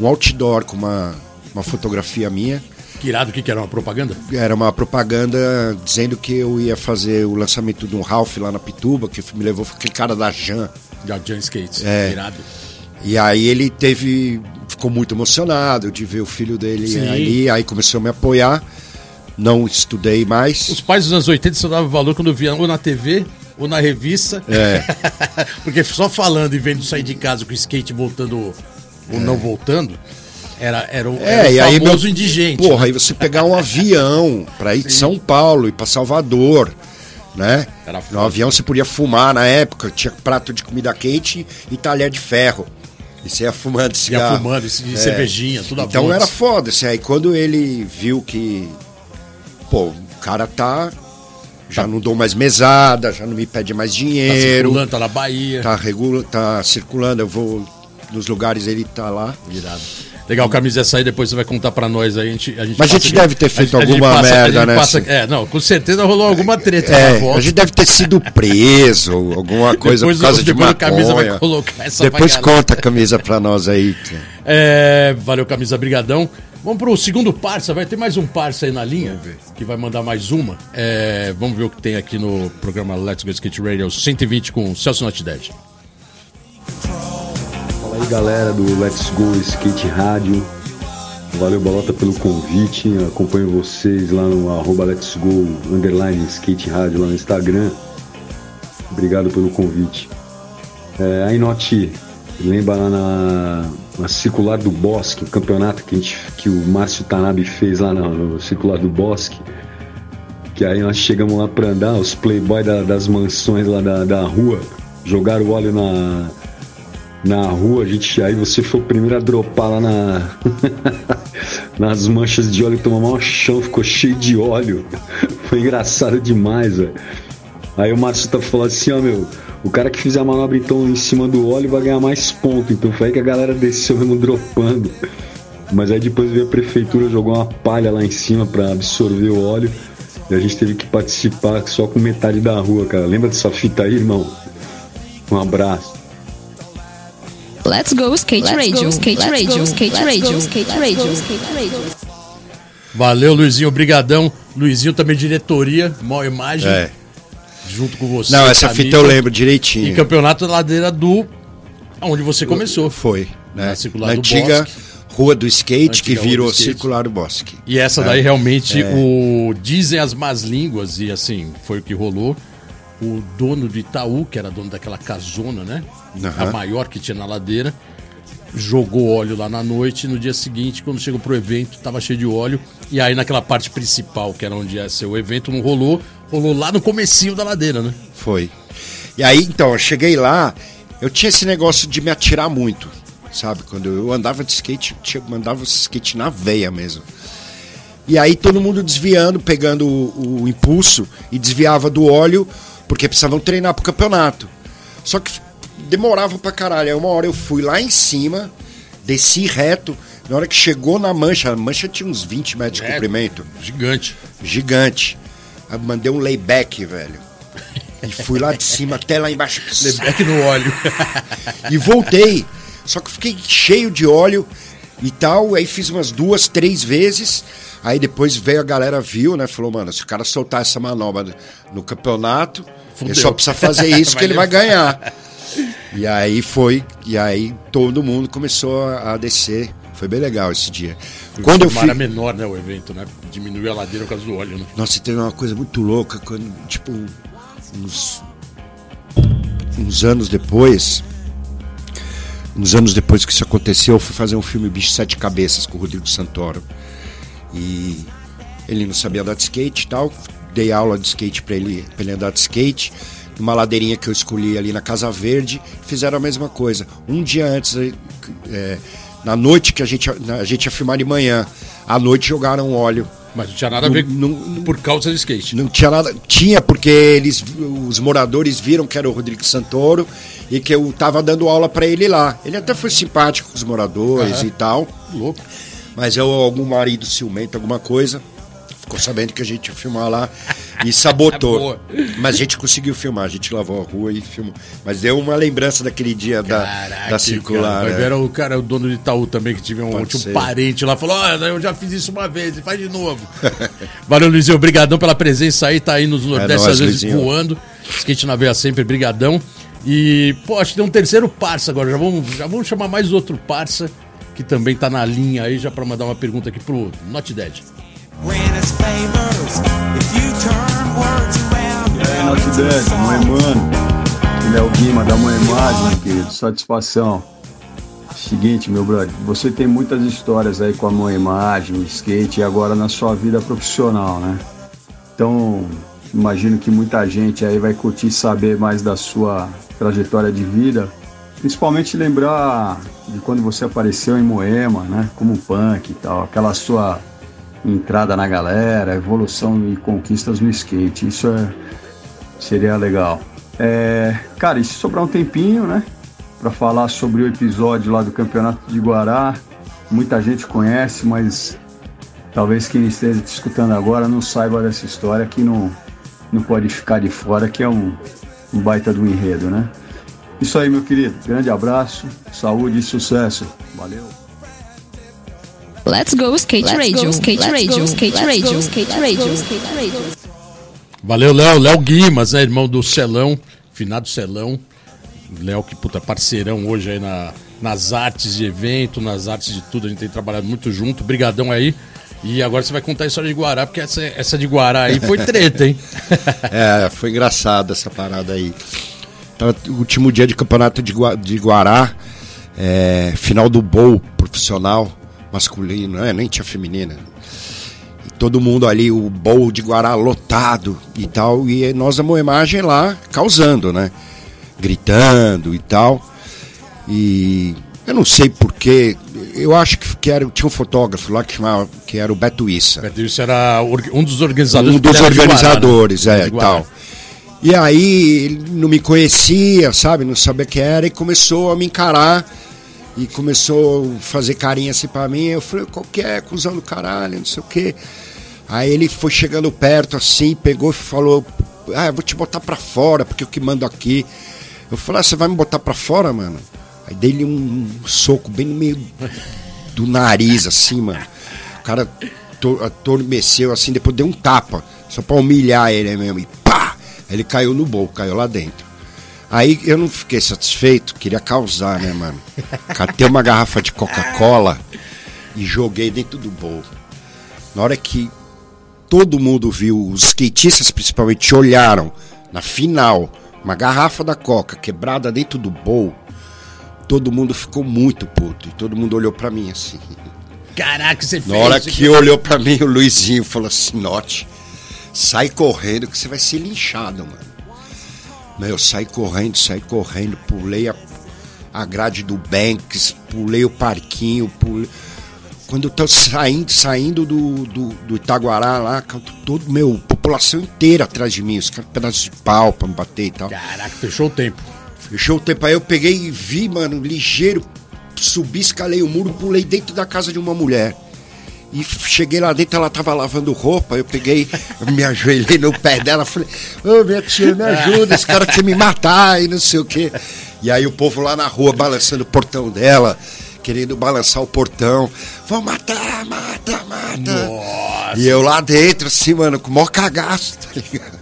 S3: um outdoor com uma, uma fotografia minha
S1: Que irado, o que, que era? Uma propaganda?
S3: era uma propaganda dizendo que eu ia fazer o lançamento de um Ralph lá na Pituba, que me levou foi aquele cara da Jan.
S1: Já Jan Skates.
S3: É.
S1: Irado.
S3: E aí ele teve. ficou muito emocionado de ver o filho dele
S1: Sim.
S3: ali, aí começou a me apoiar. Não estudei mais.
S1: Os pais dos anos 80 só davam valor quando viam ou na TV ou na revista.
S3: É.
S1: Porque só falando e vendo sair de casa com o skate voltando ou não voltando, era, era, o- era
S3: É, e aí
S1: o famoso
S3: meu-
S1: indigente. né?
S3: Porra, aí você pegar um avião pra ir de São Paulo e pra Salvador, né?
S1: Era foda.
S3: no avião você podia fumar na época, tinha prato de comida quente e talher de ferro. E você ia fumando
S1: Ia
S3: cigarro. É.
S1: fumando, e cervejinha, tudo a
S3: Então
S1: volta.
S3: era foda, assim, aí quando ele viu que, pô, o cara tá, já não dou mais mesada, já não me pede mais
S1: Tá
S3: dinheiro,
S1: circulando, tá na Bahia.
S3: tá, regula, tá circulando, eu vou nos lugares, ele tá lá.
S1: Irado. Legal, camisa essa aí depois você vai contar pra nós aí. A gente, a gente
S3: Mas a gente
S1: passa-
S3: deve ter feito
S1: gente
S3: alguma
S1: passa-
S3: merda,
S1: gente
S3: né,
S1: passa-
S3: assim?
S1: é, não, com certeza rolou alguma treta na
S3: É,
S1: volta.
S3: a gente deve ter sido preso, alguma coisa
S1: Depois o-
S3: por causa de
S1: depois o
S3: maconha.
S1: Camisa vai colocar essa
S3: Depois
S1: vaiana.
S3: conta a camisa pra nós aí. cara.
S1: É, valeu, camisa brigadão. Vamos pro segundo parça, vai ter mais um parça aí na linha, que vai mandar mais uma. É, vamos ver o que tem aqui no programa Let's Go Skate Radio 120 com Celso Notidez.
S6: Fala aí galera do Let's Go Skate Rádio. Valeu Balota pelo convite. Acompanho vocês lá no arroba Let's Go underline Skate Rádio lá no Instagram. Obrigado pelo convite. É, aí Noti, lembra lá na, na Circular do Bosque, o campeonato que, a gente, que o Márcio Tanabe fez lá na- no Circular do Bosque. Que aí nós chegamos lá pra andar, os playboy da- das mansões lá da, da rua jogaram óleo na, na rua, a gente, aí você foi o primeiro a dropar lá na, nas manchas de óleo, tomou maior chão, ficou cheio de óleo. Foi engraçado demais, velho. Aí o Márcio tá falando assim, ó, meu, o cara que fizer a manobra então em cima do óleo vai ganhar mais ponto. Então foi aí que a galera desceu mesmo dropando. Mas aí depois veio a prefeitura, jogou uma palha lá em cima pra absorver o óleo. E a gente teve que participar só com metade da rua, cara. Lembra dessa fita aí, irmão? Um abraço.
S5: Let's go skate radio, skate radio, skate radio, skate radio, skate radio.
S1: Valeu, Luizinho, obrigadão. Luizinho também diretoria, maior imagem,
S3: É.
S1: junto com você.
S3: Não, essa
S1: camisa.
S3: fita eu lembro
S1: E
S3: direitinho.
S1: campeonato na ladeira do... Onde você começou.
S3: Foi, né?
S1: Na Circular
S3: Na
S1: do
S3: antiga
S1: Bosque.
S3: Rua do Skate,
S1: Antiga
S3: que
S1: Rua do
S3: virou
S1: Skate.
S3: Circular do Bosque.
S1: E essa
S3: É,
S1: daí realmente o dizem as más línguas e assim foi o que rolou. O dono de Itaú, que era dono daquela casona, né?
S3: Aham.
S1: A maior que tinha na ladeira, jogou óleo lá na noite. No dia seguinte, quando chegou pro evento, tava cheio de óleo. E aí naquela parte principal, que era onde ia ser o evento, não rolou. Rolou lá no comecinho da ladeira, né?
S3: Foi. E aí, então, eu cheguei lá, eu tinha esse negócio de me atirar muito, sabe? Quando eu andava de skate, tinha, mandava o skate na veia mesmo. E aí todo mundo desviando, pegando o, o impulso e desviava do óleo, porque precisavam treinar pro campeonato. Só que demorava pra caralho. Aí uma hora eu fui lá em cima, desci reto. Na hora que chegou na mancha, a mancha tinha uns 20 metros de
S1: É.
S3: comprimento
S1: Gigante.
S3: gigante. Aí mandei um layback, velho. E fui lá de cima até lá embaixo.
S1: Lebeck É no óleo.
S3: E voltei. Só que fiquei cheio de óleo e tal. Aí fiz umas duas, três vezes. Aí depois veio a galera, viu, né? Falou, mano, se o cara soltar essa manobra no campeonato,
S1: Fudeu.
S3: ele só precisa fazer isso que ele vai
S1: Vai
S3: ganhar. E aí foi, e aí todo mundo começou a a descer. Foi bem legal esse dia. Quando eu
S1: Mar
S3: fui...
S1: era menor, né? O evento, né? Diminuiu a ladeira por causa do óleo, né?
S3: Nossa, teve uma coisa muito louca quando, tipo, uns, uns anos depois. Uns anos depois que isso aconteceu, eu fui fazer um filme Bicho Sete Cabeças com o Rodrigo Santoro. E ele não sabia andar de skate e tal. Dei aula de skate pra ele, pra ele andar de skate. Numa ladeirinha que eu escolhi ali na Casa Verde, fizeram a mesma coisa. Um dia antes, eh, na noite que a gente, ia- a gente ia filmar de manhã, à noite jogaram óleo
S1: Mas não tinha nada a ver
S3: Não- não-
S1: por causa do skate.
S3: não tinha nada. Tinha, porque eles, os moradores viram que era o Rodrigo Santoro e que eu tava dando aula para ele lá. Ele até foi simpático com os moradores e tal.
S1: Louco.
S3: Mas eu, algum marido ciumento, alguma coisa, ficou sabendo que a gente ia filmar lá e sabotou.
S1: É Boa.
S3: Mas a gente conseguiu filmar, a gente lavou a rua e filmou. Mas deu uma lembrança daquele dia da, da circular.
S1: Cara,
S3: né?
S1: Mas Era o cara, o dono de Itaú também, que tinha um,
S3: Pode
S1: tinha um
S3: ser.
S1: parente lá, falou: Ó, eu já fiz isso uma vez, faz de novo. Valeu, Luizinho, brigadão pela presença aí, tá aí nos Nordeste,
S3: É nóis,
S1: às vezes
S3: Luizinho.
S1: voando. Skate na veia sempre, brigadão. E, pô, acho que tem um terceiro parça agora, já vamos, já vamos chamar mais outro parça, que também tá na linha aí, já pra mandar uma pergunta aqui pro Not Dead.
S7: É,
S6: Not Dead, mãe, mano. Léo Guima, da mãe imagem, querido. Satisfação. Seguinte, meu brother, você tem muitas histórias aí com a mãe imagem, o skate e agora na sua vida profissional, né? Então, imagino que muita gente aí vai curtir saber mais da sua trajetória de vida, principalmente lembrar de quando você apareceu em Moema, né? Como punk e tal, aquela sua entrada na galera, evolução e conquistas no skate. Isso é Seria legal. É, cara, e se sobrar um tempinho, né? Pra falar sobre o episódio lá do Campeonato de Guará. Muita gente conhece, mas talvez quem esteja te escutando agora não saiba dessa história que não, não pode ficar de fora, que é um, um baita do enredo, né? Isso aí, meu querido. Grande abraço, saúde e sucesso. Valeu.
S5: Let's go skate radio, skate radio, skate radio, skate radio, skate radio.
S1: Valeu, Léo. Léo Guimas, né? Irmão do Celão, finado Celão. Léo, que puta parceirão hoje aí na, nas artes de evento, nas artes de tudo. A gente tem trabalhado muito junto. Brigadão aí. E agora você vai contar a história de Guará, porque essa, essa de Guará aí foi treta, hein?
S3: É, foi engraçado essa parada aí. Tava o último dia de campeonato de, Gua- de Guará, é, final do bowl profissional masculino, né? nem tinha feminina. E todo mundo ali, o bowl de Guará lotado e tal. E nós a moemagem lá causando, né? Gritando e tal. E eu não sei porquê. Eu acho que, que era, tinha um fotógrafo lá que chamava, que era o Beto Issa.
S1: Beto Issa era um dos organizadores.
S3: Um dos organizadores, Guará, né? é, e tal. E aí ele não me conhecia, sabe? Não sabia quem era e começou a me encarar e começou a fazer carinha assim pra mim. Eu falei, qual que é, cuzão do caralho, não sei o quê. Aí ele foi chegando perto assim, pegou e falou: Ah, eu vou te botar pra fora, porque eu que mando aqui. Eu falei: ah, você vai me botar pra fora, mano? Aí dei-lhe um soco bem no meio do nariz, assim, mano. O cara adormeceu assim, depois deu um tapa, só pra humilhar ele mesmo. E pá! Aí ele caiu no bolo, caiu lá dentro. Aí eu não fiquei satisfeito, queria causar, né, mano? Catei uma garrafa de Coca-Cola e joguei dentro do bolo. Na hora que todo mundo viu, os skatistas principalmente olharam, na final, uma garrafa da Coca quebrada dentro do bolo, todo mundo ficou muito puto. E todo mundo olhou para mim assim.
S1: Caraca, você fez.
S3: Na hora que, que olhou para mim, o Luizinho falou assim: Note, sai correndo que você vai ser linchado, mano. Meu, eu saí correndo, saí correndo, pulei a, a grade do Banks, pulei o parquinho, pulei. Quando eu tô saindo, saindo do, do, do Itaguará lá, todo, meu, população inteira atrás de mim, os caras pedaços de pau pra me bater e tal.
S1: Caraca, fechou o tempo.
S3: Fechou o tempo aí, eu peguei e vi, mano, ligeiro, subi, escalei o muro, pulei dentro da casa de uma mulher. E cheguei lá dentro, ela tava lavando roupa, eu peguei, me ajoelhei no pé dela, falei, ô oh, minha tia, me ajuda, esse cara quer me matar e não sei o quê. E aí o povo lá na rua balançando o portão dela, querendo balançar o portão, vão matar, mata, mata. Nossa. E eu lá dentro, assim, mano, com o maior cagaço, tá ligado?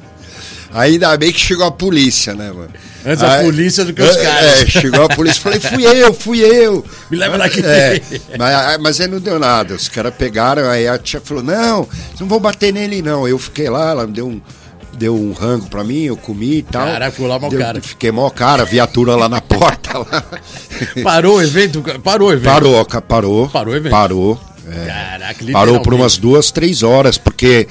S3: Ainda bem que chegou a polícia, né, mano?
S1: Antes a aí, polícia do que os caras.
S3: É, chegou a polícia e falei, fui eu, fui eu.
S1: Me leva
S3: mas,
S1: daqui.
S3: É, mas, mas aí não deu nada. Os caras pegaram, aí a tia falou, não, não vou bater nele, não. Eu fiquei lá, ela me deu um. Deu um rango pra mim, eu comi e tal.
S1: Caraca, ficou lá mal
S3: deu,
S1: cara.
S3: Fiquei mal cara, viatura lá na porta. Lá.
S1: Parou o evento? Parou o evento?
S3: Parou, parou.
S1: Parou o evento?
S3: Parou. É,
S1: Caraca,
S3: Parou por umas duas, três horas, porque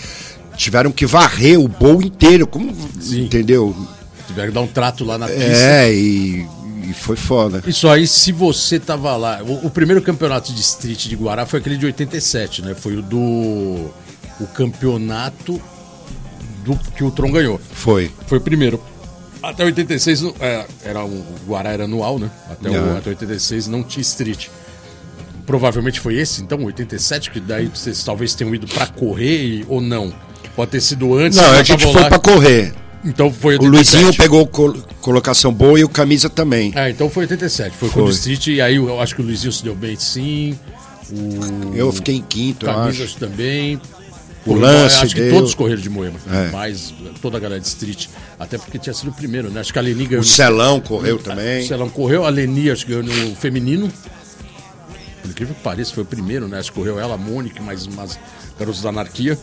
S3: tiveram que varrer o bowl inteiro, como Sim. entendeu?
S1: Tiveram que dar um trato lá na pista.
S3: É, e, e foi foda.
S1: Isso aí, se você tava lá, o, o, primeiro campeonato de street de Guará foi aquele de 87, né? Foi o do o campeonato do que o Tron ganhou.
S3: Foi.
S1: Foi o primeiro. Até 86 é, era o Guará era anual, né? Até,
S3: É.
S1: o, até 86 não tinha street provavelmente foi esse, então, 87, que daí vocês talvez tenham ido para correr ou não. Pode ter sido antes.
S3: Não, a gente foi para correr.
S1: Então foi
S3: 87. O Luizinho pegou col colocação boa e o camisa também.
S1: Ah, então foi 87. Foi, foi. com o Street e aí eu acho que o Luizinho se deu bem sim. O...
S3: Eu fiquei em quinto,
S1: Camisas também.
S3: O lance.
S1: Acho que
S3: deu.
S1: todos correram de Moema. É. Mas toda a galera de Street. Até porque tinha sido o primeiro, né? Acho que a Leni ganhou.
S3: O Celão no... correu também.
S1: O Celão correu, a Leni acho que ganhou no feminino por incrível que pareça, foi o primeiro, né? Escorreu ela, Mônica, mais umas garotos da anarquia.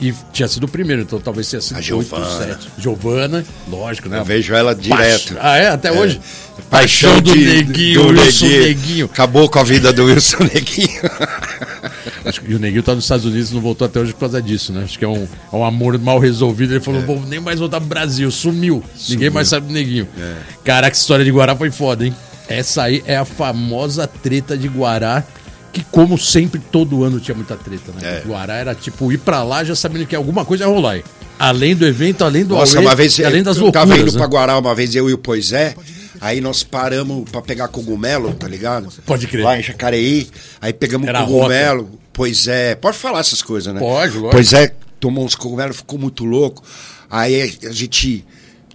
S1: E tinha sido o primeiro, então talvez tenha sido
S3: a Giovana. 8,
S1: Giovana, lógico, né?
S3: Eu vejo ela direto.
S1: Ah, é? Até é. hoje?
S3: Paixão, Paixão do de,
S1: Neguinho, do Wilson Neguinho. Neguinho.
S3: Acabou com a vida do Wilson Neguinho.
S1: Acho que o Neguinho tá nos Estados Unidos não voltou até hoje por causa disso, né? Acho que é um, é um amor mal resolvido. Ele falou, é. vou nem mais voltar pro Brasil. Sumiu. Sumiu. Ninguém mais sabe do Neguinho. É. Caraca, essa história de Guará foi foda, hein? Essa aí é a famosa treta de Guará, que como sempre, todo ano tinha muita treta, né? É. Guará era tipo ir pra lá já sabendo que alguma coisa ia rolar aí. Além do evento, além do
S3: Nossa,
S1: além,
S3: uma vez
S1: além das
S3: eu
S1: loucuras.
S3: Tava indo
S1: né?
S3: pra Guará uma vez, eu e o Poisé. Aí nós paramos pra pegar cogumelo, tá ligado?
S1: Pode crer.
S3: Lá em Jacareí. Aí pegamos
S1: Era
S3: cogumelo. Pois é. Pode falar essas coisas, né?
S1: Pode, lógico.
S3: Pois é, tomou uns cogumelos, ficou muito louco. Aí a gente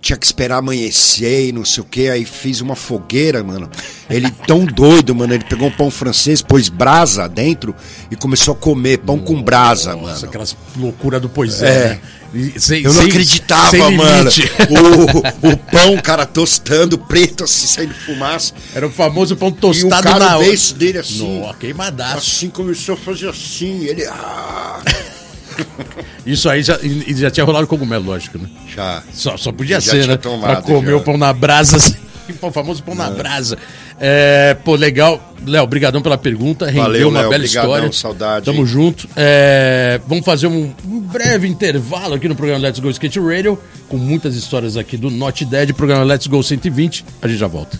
S3: tinha que esperar amanhecer e não sei o que, aí fiz uma fogueira, mano. Ele tão doido, mano, ele pegou um pão francês, pôs brasa dentro e começou a comer pão com brasa, Nossa, mano. Nossa,
S1: aquelas loucura do poesia, é. né?
S3: E, sem, Eu não sem, acreditava, sem mano. O, o pão, cara, tostando, preto, assim, saindo fumaça. um
S1: Era o famoso pão tostado e o
S3: cara,
S1: na
S3: hora. o dele assim.
S1: Nossa, queimadaço.
S3: Assim começou a fazer assim, ele... Ah.
S1: Isso aí já, já tinha rolado cogumelo, lógico, né?
S3: Já.
S1: Só, só podia já ser, né? Tomado, pra comer já. o pão na brasa assim. o famoso pão na brasa. É, pô, legal. Léo, obrigadão pela pergunta. Rendeu
S3: Valeu,
S1: uma
S3: Léo,
S1: bela
S3: brigadão,
S1: história.
S3: saudade,
S1: Tamo
S3: hein?
S1: junto. É, vamos fazer um, um breve intervalo aqui no programa Let's Go Skate Radio, com muitas histórias aqui do Not Dead, programa Let's Go 120. A gente já volta.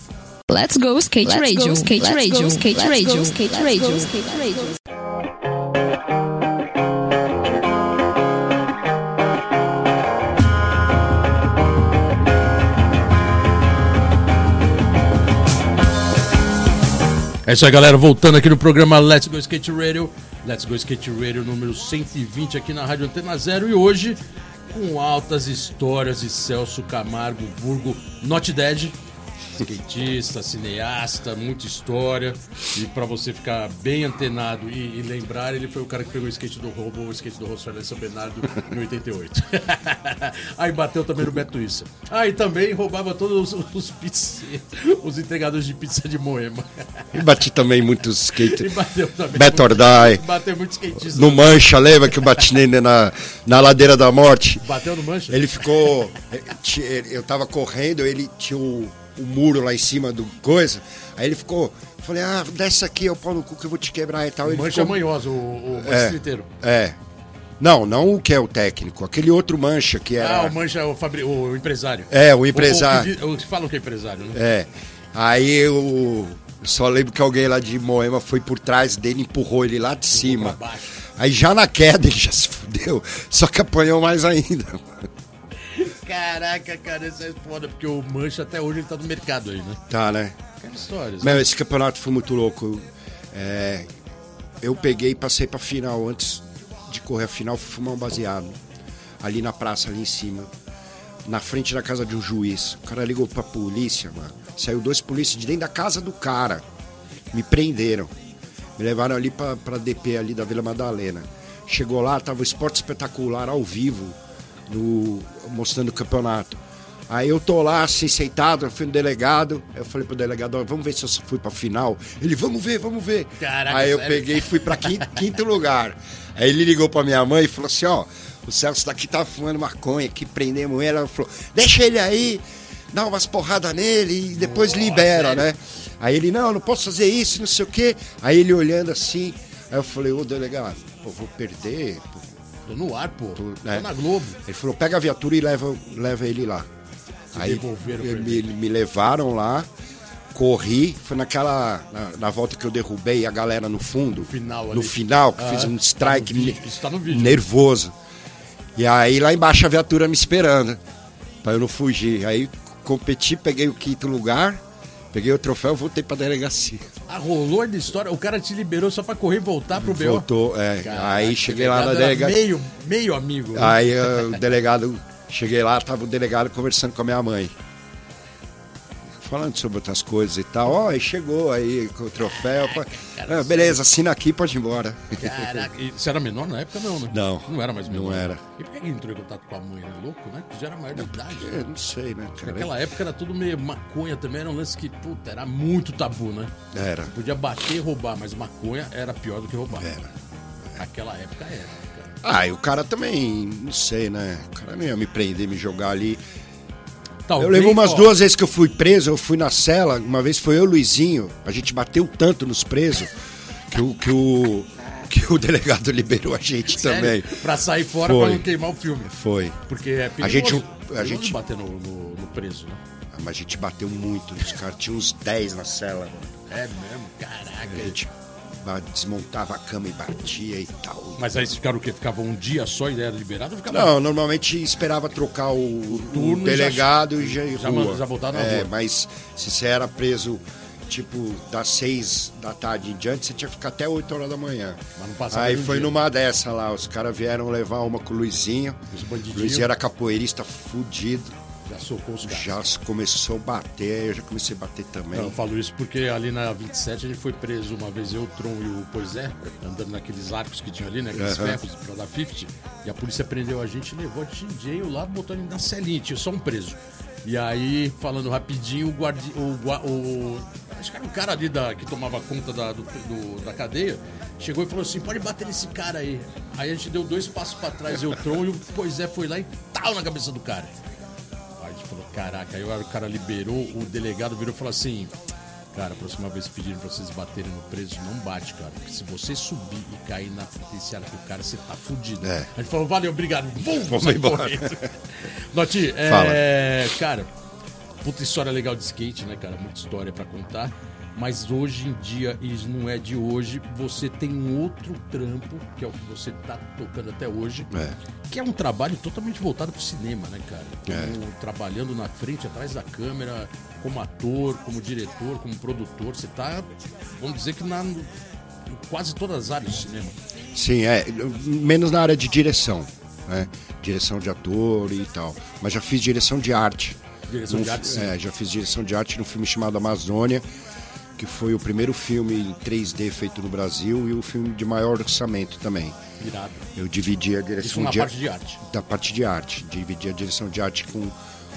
S5: Let's go skate
S7: Let's
S5: radio,
S7: go,
S5: skate
S7: let's
S5: radio,
S7: go,
S5: skate
S7: let's
S5: radio,
S7: go,
S5: skate
S7: let's
S5: radio,
S7: go,
S5: skate radio.
S1: É isso aí, galera. Voltando aqui no programa Let's Go Skate Radio. Let's Go Skate Radio número 120 aqui na Rádio Antena Zero. E hoje, com altas histórias de Celso Camargo, vulgo Not Dead. Skatista, cineasta, muita história. E pra você ficar bem antenado e, e lembrar, ele foi o cara que pegou o skate do Robo, o skate do Rossor de São Bernardo em 88. aí bateu também no Beto Issa. Aí também roubava todos os, os, pizze- os entregadores de pizza de Moema.
S3: E bati também muitos
S1: E
S3: skate.
S1: bateu também.
S3: Beto Ordai.
S1: Bateu muito né? skatista.
S3: No Mancha, lembra que eu bati nele na, na ladeira da morte?
S1: Bateu no mancha?
S3: Ele ficou. eh, ti- Eu tava correndo, ele tinha o, o muro lá em cima do coisa. Aí ele ficou. eu Falei, ah, desce aqui, eu pau no cu que eu vou te quebrar e tal. Ele
S1: Mancha
S3: ficou,
S1: manhosa, o, o
S3: É.
S1: manchester inteiro.
S3: É. Não, não o que é o técnico, aquele outro mancha que
S1: Ah,
S3: era.
S1: o mancha, o, Fabri... o empresário.
S3: É, o empresário.
S1: O, o, o, falam que é empresário, né?
S3: É. Aí eu eu só lembro que alguém lá de Moema foi por trás dele, empurrou ele lá de cima.
S1: pra baixo.
S3: Aí já na queda ele já se fudeu, só que apanhou mais ainda. É.
S1: Caraca, cara, isso é foda, porque o mancha até hoje ele tá no mercado aí, né?
S3: Tá, né?
S1: Aquela história.
S3: Meu, esse campeonato foi muito louco. É, eu peguei e passei pra final. Antes de correr a final, fui fumar um baseado. Ali na praça, ali em cima. Na frente da casa de um juiz. O cara ligou pra polícia, mano. Saiu dois polícias de dentro da casa do cara. Me prenderam. Me levaram ali pra, pra DP ali da Vila Madalena. Chegou lá, tava o esporte espetacular ao vivo, no, mostrando o campeonato. Aí eu tô lá, assim, sentado, eu fui no delegado. Eu falei pro delegado, ó, vamos ver se eu fui pra final. Ele, vamos ver, vamos ver.
S1: Caraca,
S3: Aí eu
S1: sério?
S3: peguei e fui pra quin- quinto, lugar. Aí ele ligou pra minha mãe e falou assim, ó, o Celso daqui tá fumando maconha, que prendemos ele. Ela falou, deixa ele aí, dá umas porradas nele e depois libera,
S1: sério?
S3: né? Aí ele, não, eu não posso fazer isso, não sei o quê. Aí ele olhando assim, aí eu falei, ô delegado, pô, vou perder. pô.
S1: Tô assim, no ar, pô. Tô,
S3: né?
S1: Tá na Globo.
S3: Ele falou, pega a viatura e leva, leva ele lá. Aí
S1: devolveram
S3: eu-
S1: pra
S3: me, me levaram lá, corri, foi naquela. Na, na volta que eu derrubei a galera no fundo.
S1: Final ali.
S3: no final, que
S1: Ah,
S3: fiz um
S1: tá
S3: strike
S1: no vídeo,
S3: ne-
S1: isso tá no vídeo.
S3: nervoso. E aí lá embaixo a viatura me esperando. Pra eu não fugir. Aí competi, peguei o quinto lugar, peguei o troféu e voltei pra delegacia.
S1: A rolou da história, o cara te liberou só pra correr e voltar pro B.O.
S3: Voltou, é.
S1: Caraca,
S3: aí cheguei lá na
S1: delegado era
S3: delegacia.
S1: Meio, meio amigo. né?
S3: Aí eh, o delegado, cheguei lá, tava o delegado conversando com a minha mãe. Falando sobre outras coisas e tal. Ó, aí chegou aí com o troféu. pô. Ah, beleza, assina aqui, pode ir embora.
S1: Caraca, e você era menor na época não, né?
S3: Não.
S1: Não era mais
S3: Não
S1: menor.
S3: era.
S1: E por que ele entrou em contato com a mãe? Era louco, né? Porque já era maior de idade. né?
S3: Eu não sei, né, cara?
S1: Naquela época era tudo meio maconha também, era um lance que, puta, era muito tabu, né?
S3: Era.
S1: Podia bater e roubar, mas maconha era pior do que roubar.
S3: Era.
S1: Naquela época era. cara.
S3: Ah, e o cara também, não sei, né? O cara não ia me prender, me jogar ali. Eu
S1: Talvez,
S3: lembro umas
S1: ó,
S3: duas vezes que eu fui preso, eu fui na cela, uma vez foi eu e o Luizinho, a gente bateu tanto nos presos que o, que o, que o delegado liberou a gente
S1: sério,
S3: também.
S1: Pra sair fora
S3: Foi.
S1: pra não queimar o filme.
S3: Foi.
S1: Porque é perigoso,
S3: gente não- a
S1: perigoso
S3: gente-
S1: bater no, no- no preso, né?
S3: Ah, Mas a gente bateu muito, os caras tinham uns 10 na cela, mano.
S1: É mesmo, caraca.
S3: A gente ba- desmontava a cama e batia e tal.
S1: Mas aí ficaram o quê? Ficavam um dia só e era liberado ou ficava
S3: Não, normalmente esperava trocar o,
S1: turno
S3: o
S1: e
S3: delegado e já, ir
S1: já
S3: rua.
S1: manda- já voltava na
S3: é,
S1: rua.
S3: Mas se você era preso, tipo, das 6 da tarde em diante, você tinha que ficar até 8 horas da manhã.
S1: Mas não passava
S3: Aí
S1: nenhum
S3: foi
S1: dia.
S3: numa dessa lá, os caras vieram levar uma com o Luizinho.
S1: Os bandidinhos.
S3: Luizinho era capoeirista fudido.
S1: Já socou os caras.
S3: Já começou a bater, eu já comecei a bater também.
S1: Tá. Não, eu falo isso porque ali na 27 a gente foi preso uma vez, eu, Tron e o Poisé, andando naqueles arcos que tinha ali, né? Aqueles
S3: Aham.
S1: ferros pra dar 50. E a polícia prendeu a gente, levou a DJ lá, botou ele na celinha, tinha só um preso. E aí, falando rapidinho, o guardi... O, gua- o- acho que era o cara ali da, que tomava conta da, do- do- da cadeia, chegou e falou assim, pode bater nesse cara aí. Aí a gente deu dois passos pra trás, eu, Tron, e o Poisé foi lá e tal na cabeça do cara. Aí a gente falou, Caraca, aí o cara liberou, o delegado virou e falou assim: Cara, a próxima vez pedindo pra vocês baterem no preso, não bate, cara. Porque se você subir e cair na penitenciária com o cara, você tá fudido.
S3: É.
S1: A gente falou, valeu, obrigado. Vum,
S3: Vamos
S1: sai
S3: embora.
S1: correndo. Noti, é, cara, puta história legal de skate, né, cara? Muita história pra contar. Mas hoje em dia, e isso não é de hoje, você tem um outro trampo, que é o que você tá tocando até hoje,
S3: É.
S1: que é um trabalho totalmente voltado pro cinema, né, cara?
S3: É.
S1: Como trabalhando na frente, atrás da câmera, como ator, como diretor, como produtor, você tá, vamos dizer que na em quase todas as áreas do cinema.
S3: Sim, é. Menos na área de direção. Né? Direção de ator e tal. Mas já fiz direção de arte.
S1: Direção
S3: Num
S1: de
S3: fi-
S1: arte, sim.
S3: é, já fiz direção de arte num filme chamado Amazônia, que foi o primeiro filme em 3D feito no Brasil e o filme de maior orçamento também.
S1: Irado.
S3: Eu dividi a direção
S1: Isso na
S3: de
S1: parte de arte.
S3: da parte de arte, dividir a direção de arte com,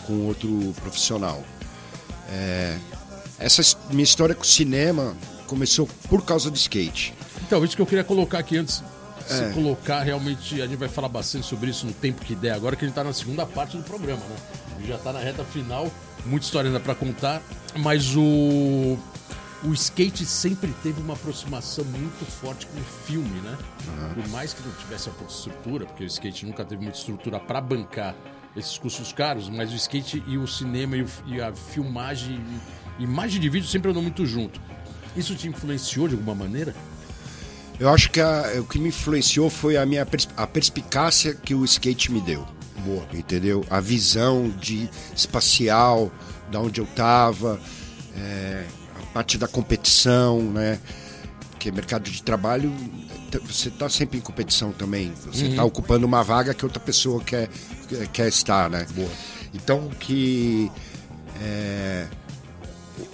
S3: com outro profissional. É, essa his- minha história com o cinema começou por causa do skate.
S1: Então, isso que eu queria colocar aqui antes. Se colocar realmente, a gente vai falar bastante sobre isso no tempo que der agora, que a gente tá na segunda parte do programa, né? A gente Já tá na reta final, muita história ainda pra contar, mas o. O skate sempre teve uma aproximação muito forte com o filme, né? Por mais que não tivesse a pouca estrutura, porque o skate nunca teve muita estrutura pra bancar esses custos caros, mas o skate e o cinema e, o- e a filmagem, imagem de vídeo sempre andou muito junto. Isso te influenciou de alguma maneira?
S3: Eu acho que a- o que me influenciou foi a minha pers- a perspicácia que o skate me deu. Boa. Entendeu? A visão de espacial, da onde eu estava, a parte da competição, né? Porque mercado de trabalho, t- você está sempre em competição também. Você está ocupando uma vaga que outra pessoa quer, quer estar, né? Boa. Então, que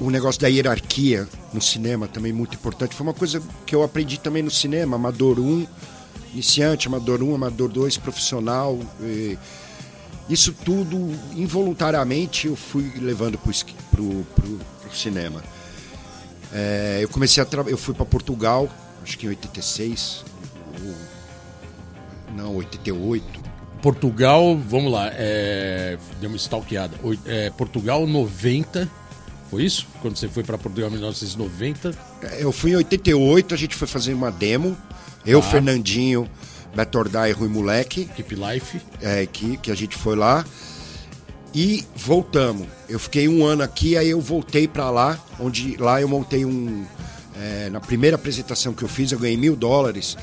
S3: o negócio da hierarquia no cinema também muito importante. Foi uma coisa que eu aprendi também no cinema, amador 1, iniciante, amador 1, amador 2, profissional. eh, isso tudo, involuntariamente, eu fui levando pro, esqui- pro, pro, pro cinema. Eh, eu comecei a tra- eu fui para Portugal, acho que em 86, ou, não, 88.
S1: Portugal, vamos lá, é, deu uma stalkeada. Oi- é, Portugal 90, foi isso? Quando você foi para Portugal em 1990,
S3: É, Eu fui em 88, a gente foi fazer uma demo. Eu,
S1: Tá.
S3: Fernandinho, Beto Ordai e Rui Moleque,
S1: Keep Life,
S3: é, que, que a gente foi lá. E voltamos. Eu fiquei um ano aqui, aí eu voltei pra lá, onde lá eu montei um. é, na primeira apresentação que eu fiz, eu ganhei mil dólares.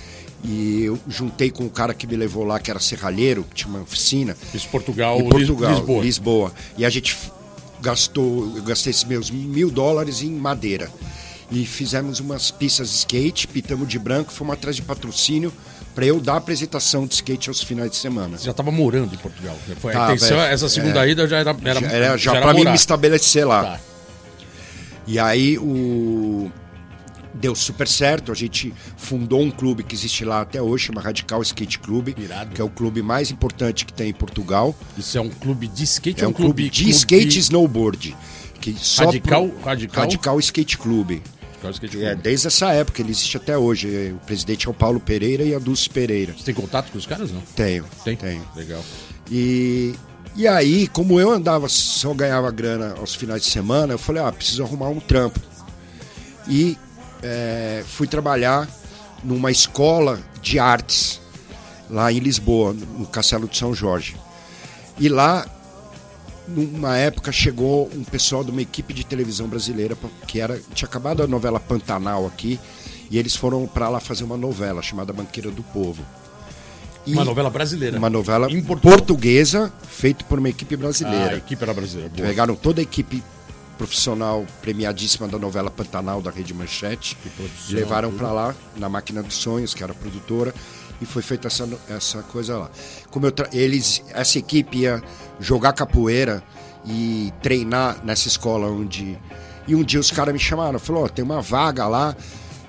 S3: E eu juntei com o cara que me levou lá, que era serralheiro, que tinha uma oficina.
S1: isso Portugal,
S3: Em Portugal,
S1: Lis- Lisboa.
S3: E a gente f- gastou, eu gastei esses meus mil dólares em madeira. E fizemos umas pistas de skate, pintamos de branco, fomos atrás de patrocínio para eu dar apresentação de skate aos finais de semana.
S1: Você já estava morando em Portugal. né? Foi a
S3: Tá,
S1: intenção,
S3: velho.
S1: essa segunda ida já era, era,
S3: Já era, já
S1: era
S3: para mim
S1: morar.
S3: me estabelecer lá.
S1: Tá.
S3: E aí o deu super certo, a gente fundou um clube que existe lá até hoje, chama Radical Skate Club,
S1: Irado.
S3: que é o clube mais importante que tem em Portugal.
S1: Isso é um clube de skate,
S3: É um clube, de skate e snowboard. Que só
S1: Radical-
S3: pro-
S1: Radical?
S3: Radical Skate Club.
S1: Radical skate
S3: E É,
S1: club.
S3: desde essa época, ele existe até hoje. O presidente é o Paulo Pereira e a Dulce Pereira.
S1: Você tem contato com os caras não?
S3: Tenho,
S1: Tem.
S3: tenho.
S1: Legal.
S3: E, e aí, como eu andava, só ganhava grana aos finais de semana, eu falei, ah, preciso arrumar um trampo. E eh, fui trabalhar numa escola de artes, lá em Lisboa, no Castelo de São Jorge. E lá, numa época, chegou um pessoal de uma equipe de televisão brasileira, que era, tinha acabado a novela Pantanal aqui, e eles foram para lá fazer uma novela chamada Banqueira do Povo. E-
S1: Uma novela brasileira.
S3: uma novela
S1: Em Portugal.
S3: portuguesa feita por uma equipe
S1: Ah, a
S3: brasileira.
S1: equipe era brasileira. Boa.
S3: Pegaram toda a equipe profissional premiadíssima da novela Pantanal da Rede Manchete,
S1: produção,
S3: levaram
S1: tudo.
S3: para lá na Máquina dos Sonhos, que era a produtora, e foi feita essa, no- essa coisa lá. Como eu tra- eles essa equipe ia jogar capoeira e treinar nessa escola onde e um dia os caras me chamaram, falou, ó, tem uma vaga lá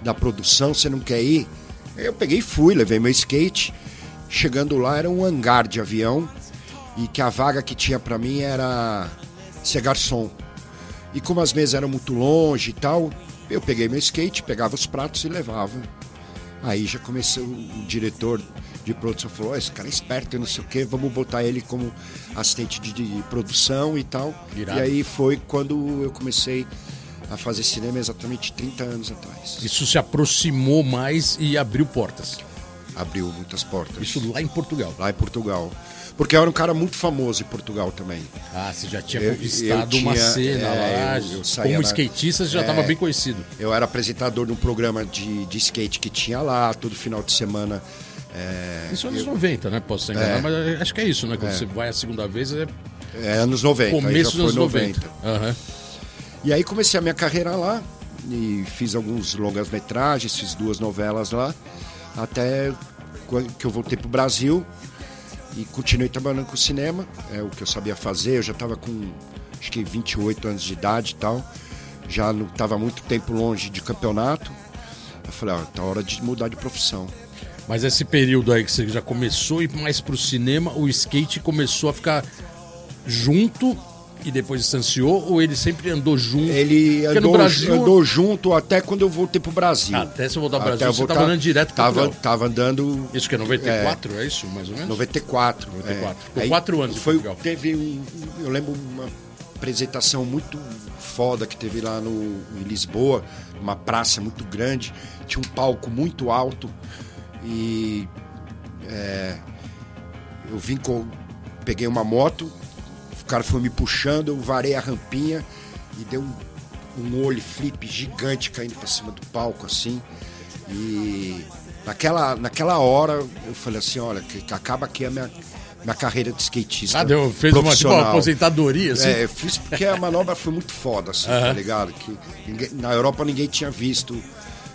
S3: da produção, você não quer ir? Eu peguei e fui, levei meu skate. Chegando lá era um hangar de avião e que a vaga que tinha para mim era ser garçom. E como as mesas eram muito longe e tal, eu peguei meu skate, pegava os pratos e levava. Aí já começou o diretor de produção, falou, "Ó, esse cara é esperto, e não sei o quê, vamos botar ele como assistente de, de produção e tal.
S1: Irado.
S3: E aí foi quando eu comecei a fazer cinema exatamente 30 anos atrás.
S1: Isso se aproximou mais e abriu portas.
S3: Abriu muitas portas.
S1: Isso lá em Portugal.
S3: Lá em Portugal. Porque eu era um cara muito famoso em Portugal também.
S1: Ah, você já tinha
S3: Eu- eu
S1: conquistado
S3: tinha-
S1: uma cena
S3: é,
S1: lá.
S3: eu- eu saía
S1: Como
S3: na-
S1: skatista, você já
S3: é.
S1: estava bem conhecido.
S3: Eu era apresentador de um programa de, de skate que tinha lá, todo final de semana. É,
S1: Isso é anos 90, né? Posso estar enganado, mas acho que é isso, né? Quando você vai a segunda vez, é
S3: é anos 90. aí
S1: começo
S3: já
S1: dos
S3: foi
S1: anos 90. Aham.
S3: E aí comecei a minha carreira lá e fiz alguns longas metragens, fiz duas novelas lá, até qu- que eu voltei pro Brasil e continuei trabalhando com cinema, é o que eu sabia fazer, eu já estava com acho que 28 anos de idade e tal, já não estava muito tempo longe de campeonato. Eu falei, ó, tá hora de mudar de profissão.
S1: Mas esse período aí que você já começou a ir mais pro cinema, o skate começou a ficar junto e depois distanciou, ou ele sempre andou junto?
S3: Ele
S1: Porque no
S3: andou,
S1: Brasil-
S3: andou junto até quando eu voltei pro Brasil.
S1: Até você voltar pro
S3: Até
S1: Brasil,
S3: eu
S1: você tava andando direto pro
S3: tava,
S1: Portugal.
S3: tava andando
S1: Isso que é 94, é, isso, mais ou menos?
S3: 94.
S1: 94.
S3: é.
S1: Ficou
S3: Aí
S1: quatro anos em
S3: Foi,
S1: Portugal.
S3: teve um, eu lembro uma apresentação muito foda que teve lá no, em Lisboa, uma praça muito grande, tinha um palco muito alto e é, eu vim com, peguei uma moto, o cara foi me puxando, eu varei a rampinha e deu um, um olho flip gigante caindo pra cima do palco assim. E naquela, naquela hora eu falei assim, olha, que, que acaba aqui a minha, minha carreira de skatista.
S1: Ah, deu, fez uma tipo, uma
S3: profissional.
S1: aposentadoria, assim.
S3: É, eu fiz porque a manobra foi muito foda, assim, tá ligado? Que ninguém- na Europa ninguém tinha visto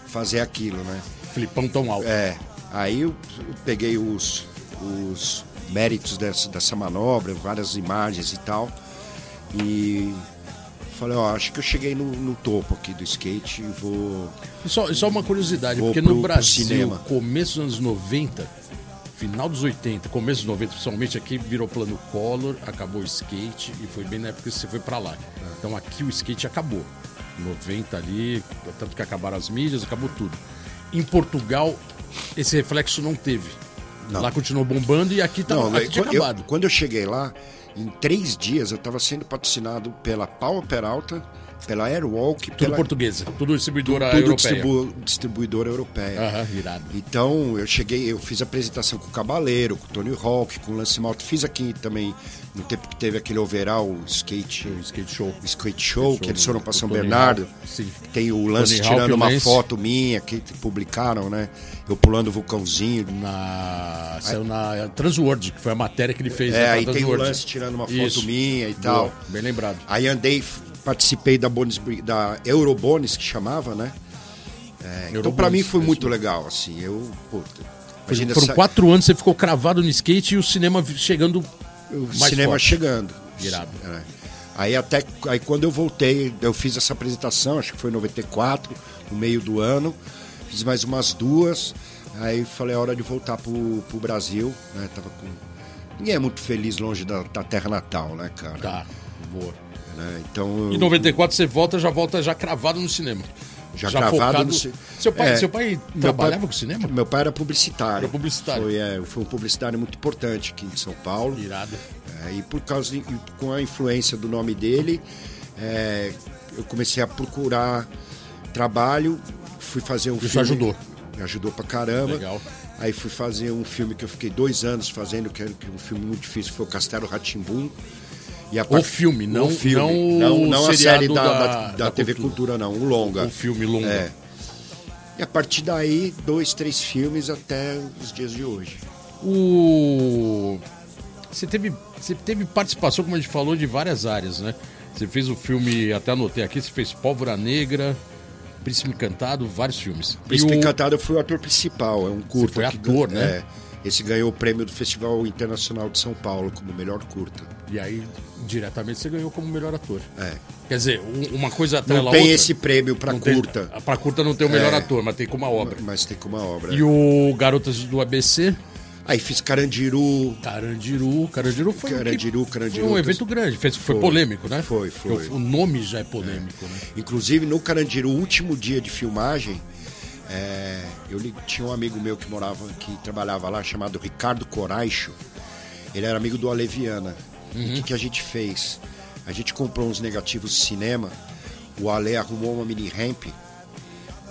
S3: fazer aquilo, né?
S1: Flipão tão alto.
S3: É, aí eu eu peguei os, os méritos dessa, dessa manobra, várias imagens e tal, e falei, ó, acho que eu cheguei no, no topo aqui do skate e vou...
S1: E Só, e só uma curiosidade,
S3: Vou
S1: porque
S3: pro-
S1: no
S3: pro
S1: Brasil,
S3: cinema.
S1: começo dos anos 90, final dos 80, começo dos 90, principalmente aqui, virou plano Collor, acabou o skate e foi bem na época que você foi pra
S3: É.
S1: lá. Então aqui o skate acabou. 90 ali, tanto que acabaram as mídias, acabou tudo. Em Portugal, esse reflexo não teve.
S3: Não.
S1: Lá continuou bombando e aqui, tá, aqui tinha
S3: quando, eu,
S1: acabado.
S3: quando eu cheguei lá, em três dias eu tava sendo patrocinado pela Power Peralta, pela Airwalk,
S1: Tudo
S3: pela...
S1: portuguesa, tudo distribuidora
S3: tudo
S1: europeia.
S3: distribu- distribuidora europeia.
S1: Aham, irado.
S3: Então eu cheguei, eu fiz apresentação com o Cabaleiro, com o Tony Hawk, com o Lance Malta. Fiz aqui também, no tempo que teve aquele overall skate,
S1: Skate show.
S3: skate show, que eles foram para
S1: com
S3: São
S1: Tony
S3: Bernardo.
S1: Hawk, sim.
S3: Tem o Lance
S1: Tony Hawk e
S3: tirando
S1: o
S3: uma
S1: Lance.
S3: foto minha que publicaram, né? Eu pulando o vulcãozinho.
S1: na, saiu na Transworld, que foi a matéria que ele fez.
S3: É,
S1: né, pra
S3: aí tem o
S1: Transworld.
S3: lance tirando uma foto
S1: Isso.
S3: minha e
S1: Boa,
S3: tal.
S1: bem lembrado.
S3: Aí andei, f- participei da, Bonis, da Eurobonis, que chamava, né? É, então
S1: Eurobonis,
S3: pra mim foi
S1: isso
S3: muito legal, assim. Eu, puta, imagina
S1: Foram
S3: essa-
S1: quatro anos, você ficou cravado no skate e o cinema vi- chegando
S3: o
S1: mais
S3: cinema
S1: forte.
S3: chegando.
S1: Irado.
S3: É. Aí até aí quando eu voltei, eu fiz essa apresentação, acho que foi em 94, no meio do ano. Fiz mais umas duas. Aí falei, é hora de voltar pro, pro Brasil, né? Tava com Ninguém é muito feliz longe da, da terra natal, né, cara?
S1: Tá, boa.
S3: Né, Então,
S1: Em
S3: eu-
S1: 94 você volta, já volta já cravado no cinema.
S3: já, gravado no ci-
S1: Seu pai,
S3: É,
S1: seu pai
S3: meu
S1: trabalhava
S3: pai-
S1: com cinema?
S3: Meu pai era publicitário.
S1: Era publicitário.
S3: Foi, é, foi um publicitário muito importante aqui em São Paulo.
S1: Irado.
S3: É, e por causa de- e com a influência do nome dele, é, eu comecei a procurar trabalho, fui fazer um
S1: Isso
S3: filme.
S1: ajudou.
S3: Me ajudou pra caramba.
S1: Legal.
S3: Aí fui fazer um filme que eu fiquei dois anos fazendo, que era que um filme muito difícil, foi o Castelo Ratimbum. E a
S1: O filme, não- não o
S3: não, não a
S1: seriado
S3: série da,
S1: da-
S3: da,
S1: da
S3: da TV Cultura. não, um longa.
S1: O filme longa.
S3: É. E a partir daí, dois, três filmes até os dias de hoje.
S1: O. Você teve, você teve participação, como a gente falou, de várias áreas, né? Você fez o filme, até anotei aqui, você fez Pólvora Negra, Príncipe Encantado, vários filmes. E
S3: Príncipe
S1: o-
S3: Encantado eu fui o ator principal, é um curta.
S1: foi
S3: que
S1: ator,
S3: ganha-
S1: né?
S3: é. esse ganhou o prêmio do Festival Internacional de São Paulo como melhor curta.
S1: E aí, diretamente, você ganhou como melhor ator.
S3: É.
S1: Quer dizer, um- uma coisa atrela a
S3: Não tem
S1: outra.
S3: esse prêmio pra
S1: Não tem-
S3: curta,
S1: Pra curta não tem o melhor
S3: É.
S1: ator, mas tem como a obra.
S3: mas tem como uma obra.
S1: E o Garotas do ABC,
S3: Aí fiz Carandiru,
S1: Carandiru. Carandiru foi, um que-
S3: Carandiru, Carandiru.
S1: foi um evento grande, fez, foi,
S3: Foi.
S1: polêmico, né?
S3: Foi, foi.
S1: Porque O, o nome já é polêmico, né?
S3: Inclusive no Carandiru, último dia de filmagem, É, eu li- tinha um amigo meu que morava, que trabalhava lá, chamado Ricardo Coraixo. Ele era amigo do Aleviana. O
S1: Uhum.
S3: que, que a gente fez? A gente comprou uns negativos de cinema. O Ale arrumou uma mini ramp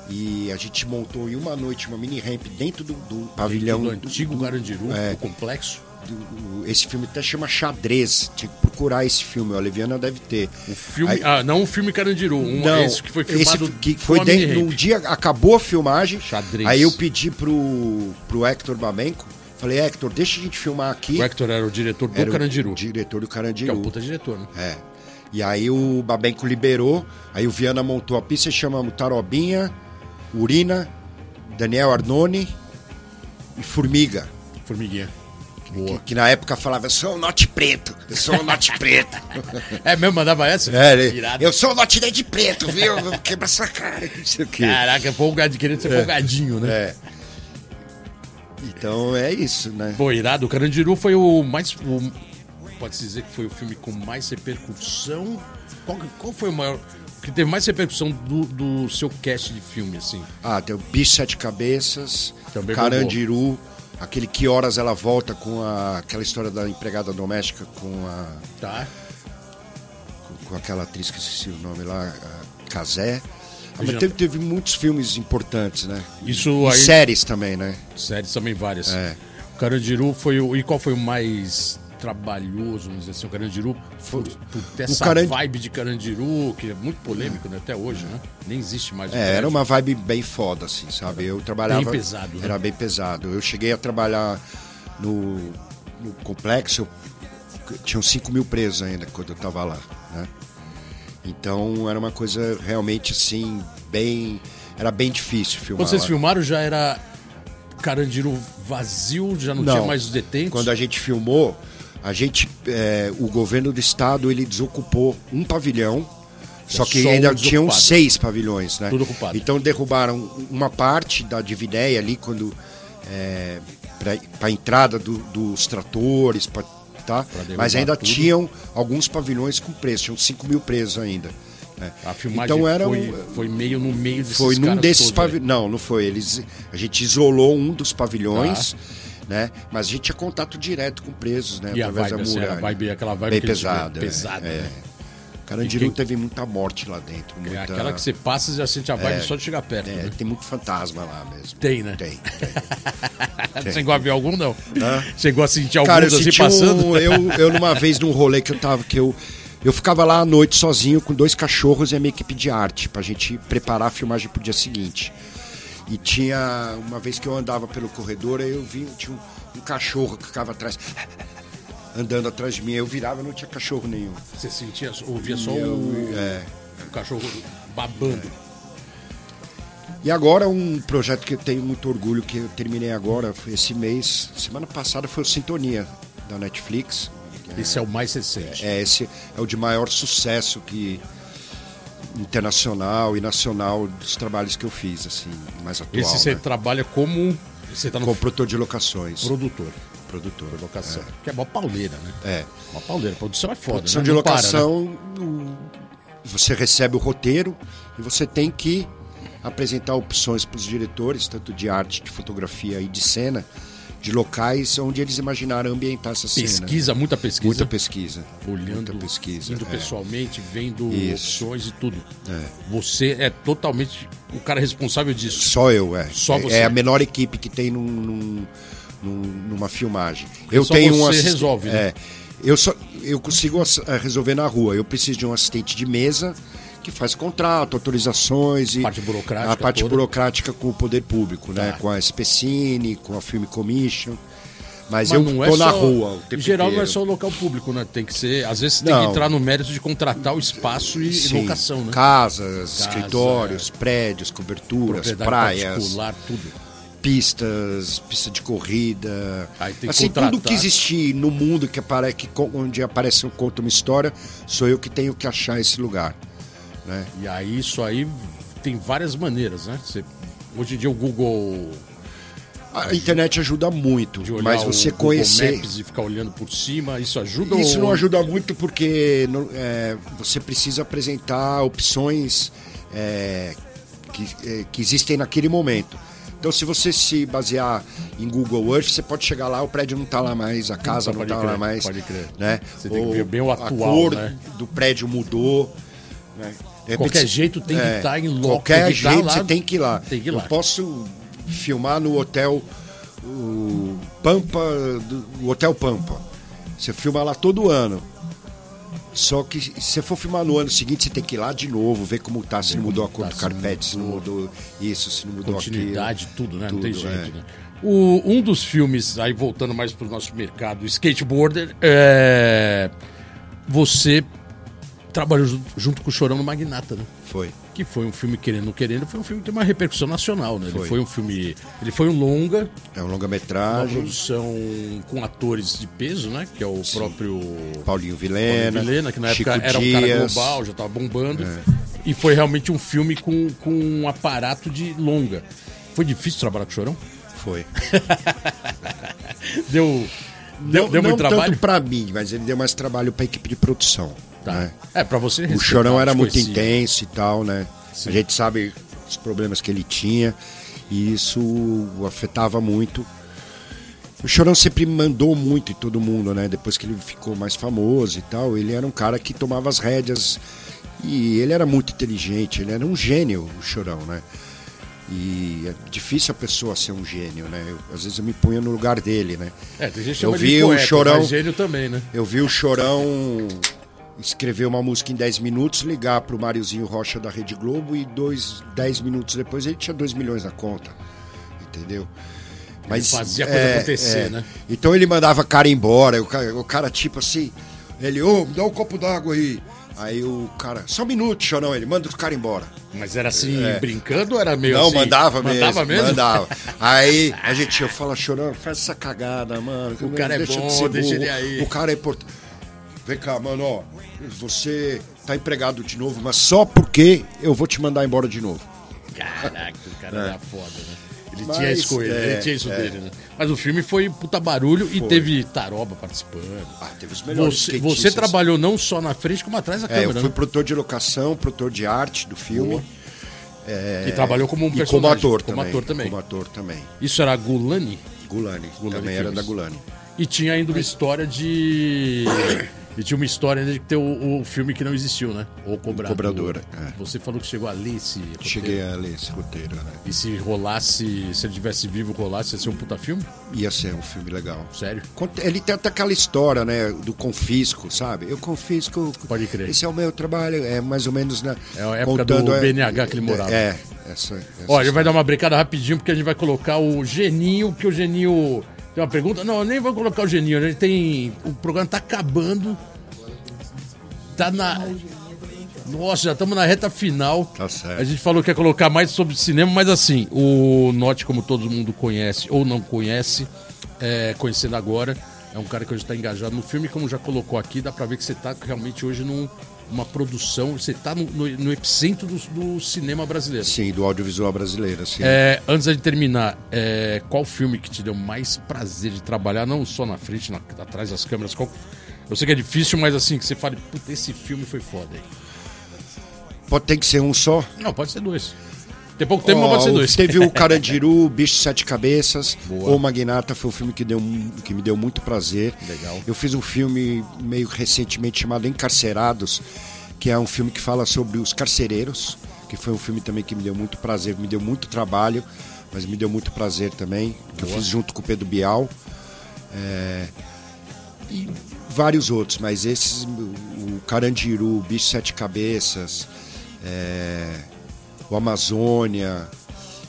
S3: e a gente montou em uma noite uma mini ramp dentro do, do pavilhão
S1: do
S3: do-
S1: antigo
S3: do-
S1: Garandiru,
S3: um É.
S1: o complexo.
S3: do- do- esse filme até chama Xadrez. Tinha que procurar esse filme. O Aleviana deve ter.
S1: O filme,
S3: Aí-
S1: ah, não o filme Carandiru, um,
S3: não,
S1: esse que foi filmado
S3: esse que
S1: com
S3: foi
S1: a
S3: dentro,
S1: Mini
S3: num
S1: Ramp.
S3: dia acabou a filmagem.
S1: Xadrez.
S3: Aí eu pedi pro, pro Hector Bamenco, falei, Hector, deixa a gente filmar aqui.
S1: O Hector era o diretor do
S3: Era o
S1: Carandiru,
S3: diretor do
S1: que é um
S3: Carandiru.
S1: puta diretor, né?
S3: É. E aí o Babenco liberou, aí o Viana montou a pista, chamamos Tarobinha, Urina, Daniel Arnone e Formiga.
S1: Formiguinha.
S3: Que,
S1: Boa.
S3: que na época falava, eu sou o Norte Preto, eu sou o Norte Preto.
S1: É mesmo, mandava essa?
S3: É, ele,
S1: Irado.
S3: eu sou o Norte de Preto, viu? Eu vou Quebrar sua cara, não sei o quê.
S1: Caraca, folgadinho, querendo ser folgadinho, né?
S3: É. Então é isso, né?
S1: Pô, irado, o Carandiru foi o mais. o- Pode-se dizer que foi o filme com mais repercussão. Qual, que- qual foi o maior. Que teve mais repercussão do, do seu cast de filme, assim?
S3: Ah, tem o Bicho Sete Cabeças,
S1: Também
S3: Carandiru, aquele Que Horas Ela Volta com a- aquela história da empregada doméstica com, a,
S1: Tá.
S3: com, com aquela atriz que eu esqueci o nome lá, a Casé. Ah,
S1: Veja.
S3: mas teve, teve muitos filmes importantes, né?
S1: Isso
S3: E
S1: aí-
S3: séries também, né?
S1: Séries também várias.
S3: É.
S1: O Carandiru foi o. E qual foi o mais trabalhoso, vamos dizer assim? O Carandiru. Por, por ter essa
S3: Caran-
S1: vibe de Carandiru, que é muito polêmico né, até hoje, né? Nem existe mais. o
S3: É, era
S1: Carandiru.
S3: uma vibe bem foda, assim, sabe? Eu trabalhava.
S1: Bem pesado, né?
S3: Era bem pesado. Eu cheguei a trabalhar no, no complexo, eu- tinham 5 mil presos ainda quando eu tava lá, né? Então era uma coisa realmente assim, bem. Era bem difícil filmar.
S1: Quando vocês
S3: lá.
S1: filmaram, já era. Carandiru vazio, já não, tinha mais os detentos.
S3: Quando a gente filmou, a gente, é, o governo do estado ele desocupou um pavilhão, só que
S1: só um
S3: ainda tinham
S1: desocupado.
S3: seis pavilhões, né?
S1: Tudo ocupado.
S3: Então derrubaram uma parte da divideia ali quando é, para a entrada do- dos tratores, pra, tá?
S1: derrubar
S3: Mas ainda
S1: tudo.
S3: tinham alguns pavilhões com preso, tinham 5 mil presos ainda. né? um
S1: A filmagem foi, foi meio no meio desses
S3: Foi num
S1: caras
S3: desses
S1: todos aí.
S3: pavilhões. Não, não foi. Eles, a gente isolou um dos pavilhões, né? Mas a gente tinha contato direto com presos, né?
S1: Tá. E a vibe, assim, era a vibe, aquela vibe
S3: Bem
S1: que eles-
S3: pesada.
S1: pesada,
S3: é.
S1: né?
S3: Carandiru
S1: E quem-
S3: teve muita morte lá dentro.
S1: É
S3: Muita...
S1: Aquela que você passa e já sente a vibe só de chegar perto.
S3: Tá. É,
S1: né?
S3: tem muito fantasma lá mesmo.
S1: Tem, né?
S3: Tem.
S1: Chegou a ver algum, não? Chegou a sentir algum
S3: Cara, eu
S1: assim
S3: senti um-
S1: passando?
S3: eu, eu numa vez num rolê que eu tava, que eu, eu ficava lá à noite sozinho com dois cachorros e a minha equipe de arte pra gente preparar a filmagem pro dia seguinte. E tinha uma vez que eu andava pelo corredor, aí eu vi tinha um, um cachorro que ficava atrás andando atrás de mim, eu virava, não tinha cachorro nenhum.
S1: Você sentia, ouvia só
S3: E eu-
S1: o,
S3: é.
S1: o cachorro babando.
S3: E agora um projeto que eu tenho muito orgulho, que eu terminei agora, foi esse mês, semana passada foi o Sintonia da Netflix.
S1: Esse é o mais recente.
S3: É, esse é o de maior sucesso que internacional e nacional dos trabalhos que eu fiz, assim, mais atual.
S1: Esse você
S3: né?
S1: trabalha como. Você tá no
S3: Como produtor de locações.
S1: produtor.
S3: Produtor.
S1: Locação. Que é uma pauleira, né?
S3: É.
S1: Uma pauleira. Produção é foda.
S3: Produção
S1: né?
S3: de
S1: Não para, né?
S3: locação, o- você recebe o roteiro e você tem que apresentar opções para os diretores, tanto de arte, de fotografia e de cena, de locais onde eles imaginaram ambientar essa cena.
S1: Pesquisa, muita pesquisa.
S3: né? Muita pesquisa.
S1: olhando,
S3: muita pesquisa.
S1: indo
S3: é.
S1: pessoalmente, vendo
S3: Isso.
S1: opções e tudo. Você é totalmente o cara responsável disso.
S3: Só eu, é.
S1: Só
S3: É-
S1: você.
S3: É a menor equipe que tem num, num- num- numa filmagem. Eu
S1: só
S3: tenho um
S1: você
S3: assistente.
S1: resolve, né?
S3: É. Eu, só, eu consigo ass- eh, resolver na rua. Eu preciso de um assistente de mesa que faz contrato, autorizações e.
S1: Parte burocrática
S3: A parte
S1: toda.
S3: burocrática com o poder público, né?
S1: Tá.
S3: Com a SPCine, com a Film Commission.
S1: Mas
S3: Mas, eu
S1: não
S3: tô
S1: é
S3: na
S1: só-
S3: rua. o
S1: Em
S3: tempo
S1: geral não é
S3: inteiro.
S1: só o local público, né? Tem que ser. Às vezes tem que
S3: Não.
S1: entrar no mérito de contratar o espaço e, e
S3: Sim.
S1: locação, né?
S3: Casas,
S1: Casa,
S3: escritórios, prédios, coberturas,
S1: Propriedade
S3: praias.
S1: particular, tudo.
S3: pistas, pista de corrida.
S1: Aí tem que
S3: assim, tudo
S1: contratar.
S3: que existe no mundo que apare... que co- onde aparece um conta uma história, sou eu que tenho que achar esse lugar. Né?
S1: E aí isso aí tem várias maneiras, né? Você- hoje em dia o Google
S3: A internet ajuda muito,
S1: de olhar
S3: mas
S1: o
S3: você
S1: Google
S3: conhecer.
S1: Maps e ficar olhando por cima, isso ajuda
S3: Isso
S1: ou-
S3: não ajuda muito porque não- é, você precisa apresentar opções é, que, é, que existem naquele momento. Então, se você se basear em Google Earth, você pode chegar lá, o prédio não está lá mais, a casa não
S1: tá, pode
S3: está
S1: crer,
S3: lá mais.
S1: pode crer.
S3: Né?
S1: Você tem que
S3: Ou
S1: ver bem o atual,
S3: A cor
S1: né?
S3: do prédio mudou. né? De repente,
S1: Qualquer
S3: você-
S1: jeito tem que estar em loco,
S3: Qualquer
S1: tem que estar
S3: jeito
S1: lá.
S3: você tem que ir lá.
S1: Tem que ir
S3: Eu
S1: lá.
S3: posso filmar no hotel o Pampa, do- o Hotel Pampa. Você filma lá todo ano. Só que se você for filmar no ano seguinte, você tem que ir lá de novo, ver como tá, se não mudou a cor
S1: tá,
S3: do
S1: se não
S3: carpete, se não mudou isso, se não mudou
S1: continuidade,
S3: aquilo.
S1: tudo, né? Não tem
S3: Tudo,
S1: jeito,
S3: é.
S1: né? O, um dos filmes, aí voltando mais pro nosso mercado skateboarder, é. Você trabalhou junto, junto com o Chorão no Magnata, né?
S3: Foi.
S1: Que foi um filme, querendo ou não querendo, foi um filme que teve uma repercussão nacional, né? Ele
S3: Foi.
S1: foi um filme. Ele foi um longa,
S3: É um
S1: uma
S3: longa-metragem.
S1: produção com atores de peso, né? Que é o próprio.
S3: Paulinho
S1: Paulinho
S3: Vilena.
S1: Vilhena, que na
S3: Chico
S1: época era um cara
S3: Dias. É.
S1: global, já tava bombando. E foi realmente um filme com, com um aparato de longa. Foi difícil trabalhar com o Chorão?
S3: Foi.
S1: Deu, deu,
S3: Não,
S1: deu
S3: não
S1: muito trabalho?
S3: tanto pra mim, mas ele deu mais trabalho pra equipe de produção. né?
S1: É, pra você
S3: O
S1: respeitar,
S3: Chorão era muito
S1: desconhecia.
S3: intenso e tal, né?
S1: Sim.
S3: A gente sabe os problemas que ele tinha e isso afetava muito. O Chorão sempre mandou muito em todo mundo, né? Depois que ele ficou mais famoso e tal, ele era um cara que tomava as rédeas e ele era muito inteligente, ele era um gênio, o Chorão, né? E é difícil a pessoa ser um gênio, né? Eu- às vezes eu me ponho no lugar dele, né?
S1: É, tem gente que
S3: Eu
S1: chama de
S3: vi o
S1: poeta,
S3: Chorão-
S1: mas gênio também, né?
S3: Eu vi o Chorão escrever uma música em 10 minutos, ligar pro Máriozinho Rocha da Rede Globo e dois, 10 minutos depois ele tinha 2 milhões na conta. Entendeu? Mas, é,
S1: fazia a coisa acontecer, né?
S3: Então ele mandava a cara embora, o cara, o cara tipo assim, ele, ô, me dá um copo d'água aí. Aí o cara, só um minuto, Chorão, ele manda o cara embora.
S1: Mas era assim, brincando ou era meio
S3: É. Não,
S1: assim?
S3: mandava mesmo.
S1: Mandava mesmo?
S3: Mandava. Aí a gente eu falo, chorando, faz essa cagada, mano.
S1: O cara é
S3: eu
S1: bom,
S3: ser
S1: deixa
S3: burro.
S1: ele aí.
S3: O cara é importante. Vem cá, mano, ó. Você tá empregado de novo, mas só porque eu vou te mandar embora de novo.
S1: Caraca, o cara era foda, né? Ele
S3: É. Mas,
S1: tinha isso com ele,
S3: é,
S1: ele tinha isso
S3: é.
S1: dele, né? Mas o filme foi puta barulho e
S3: Foi.
S1: teve Taroba participando.
S3: Ah, teve os
S1: Você,
S3: skatistas.
S1: você trabalhou não só na frente, como atrás da
S3: É, eu
S1: câmera,
S3: fui
S1: né?
S3: produtor de locação, produtor de arte do filme. É,
S1: E trabalhou como um
S3: e
S1: personagem.
S3: como ator
S1: como
S3: também.
S1: ator também.
S3: Como ator também.
S1: Isso era Gulani?
S3: Gulani.
S1: Gulani
S3: também era
S1: Filmes.
S3: da Gulani.
S1: E tinha ainda uma história de. E tinha uma história ainda de ter o, o filme que não existiu, né? Ou Cobrador.
S3: Cobradora, é.
S1: Você falou que chegou a ler esse. roteiro.
S3: Cheguei a ler esse roteiro, né?
S1: E se rolasse, se ele tivesse vivo, rolasse, ia ser um puta filme?
S3: Ia ser um filme legal.
S1: Sério?
S3: Conta- Ele tem até aquela história, né, do confisco, sabe? Eu confisco.
S1: Pode crer.
S3: Esse é o meu trabalho, é mais ou menos na.
S1: É a época do BNH que ele morava.
S3: É, essa. essa
S1: Ó, a gente vai dar uma brincada rapidinho, porque a gente vai colocar o Geninho, que o Geninho. Tem uma pergunta? Não, eu nem vou colocar o Geninho. A gente tem. O programa tá acabando. Tá na. Nossa, já estamos na reta final.
S3: Tá certo.
S1: A gente falou que ia colocar mais sobre cinema, mas assim, o Norte, como todo mundo conhece ou não conhece, é, conhecendo agora, é um cara que hoje está engajado no filme, como já colocou aqui, dá pra ver que você tá realmente hoje num- numa produção, você tá no, no- no epicentro do- do cinema brasileiro.
S3: Sim, do audiovisual brasileiro, assim.
S1: É, antes de terminar, é, qual filme que te deu mais prazer de trabalhar, não só na frente, na- atrás das câmeras? Qual- eu sei que é difícil, mas assim, que você fale, puta, esse filme foi foda. aí."
S3: Pode ter que ser um só.
S1: Não, pode ser dois. Tem pouco tempo, mas
S3: Ó,
S1: pode ser
S3: o-
S1: dois.
S3: Teve o Carandiru, o Bicho de Sete Cabeças,
S1: Boa.
S3: O Magnata, foi um filme que, deu, mu- que me deu muito prazer.
S1: Legal.
S3: Eu fiz um filme meio recentemente chamado Encarcerados, que é um filme que fala sobre os carcereiros, que foi um filme também que me deu muito prazer, me deu muito trabalho, mas me deu muito prazer também, que eu fiz junto com o Pedro Bial. É, E vários outros, mas esses, o Carandiru, o Bicho de Sete Cabeças, é, o Amazônia,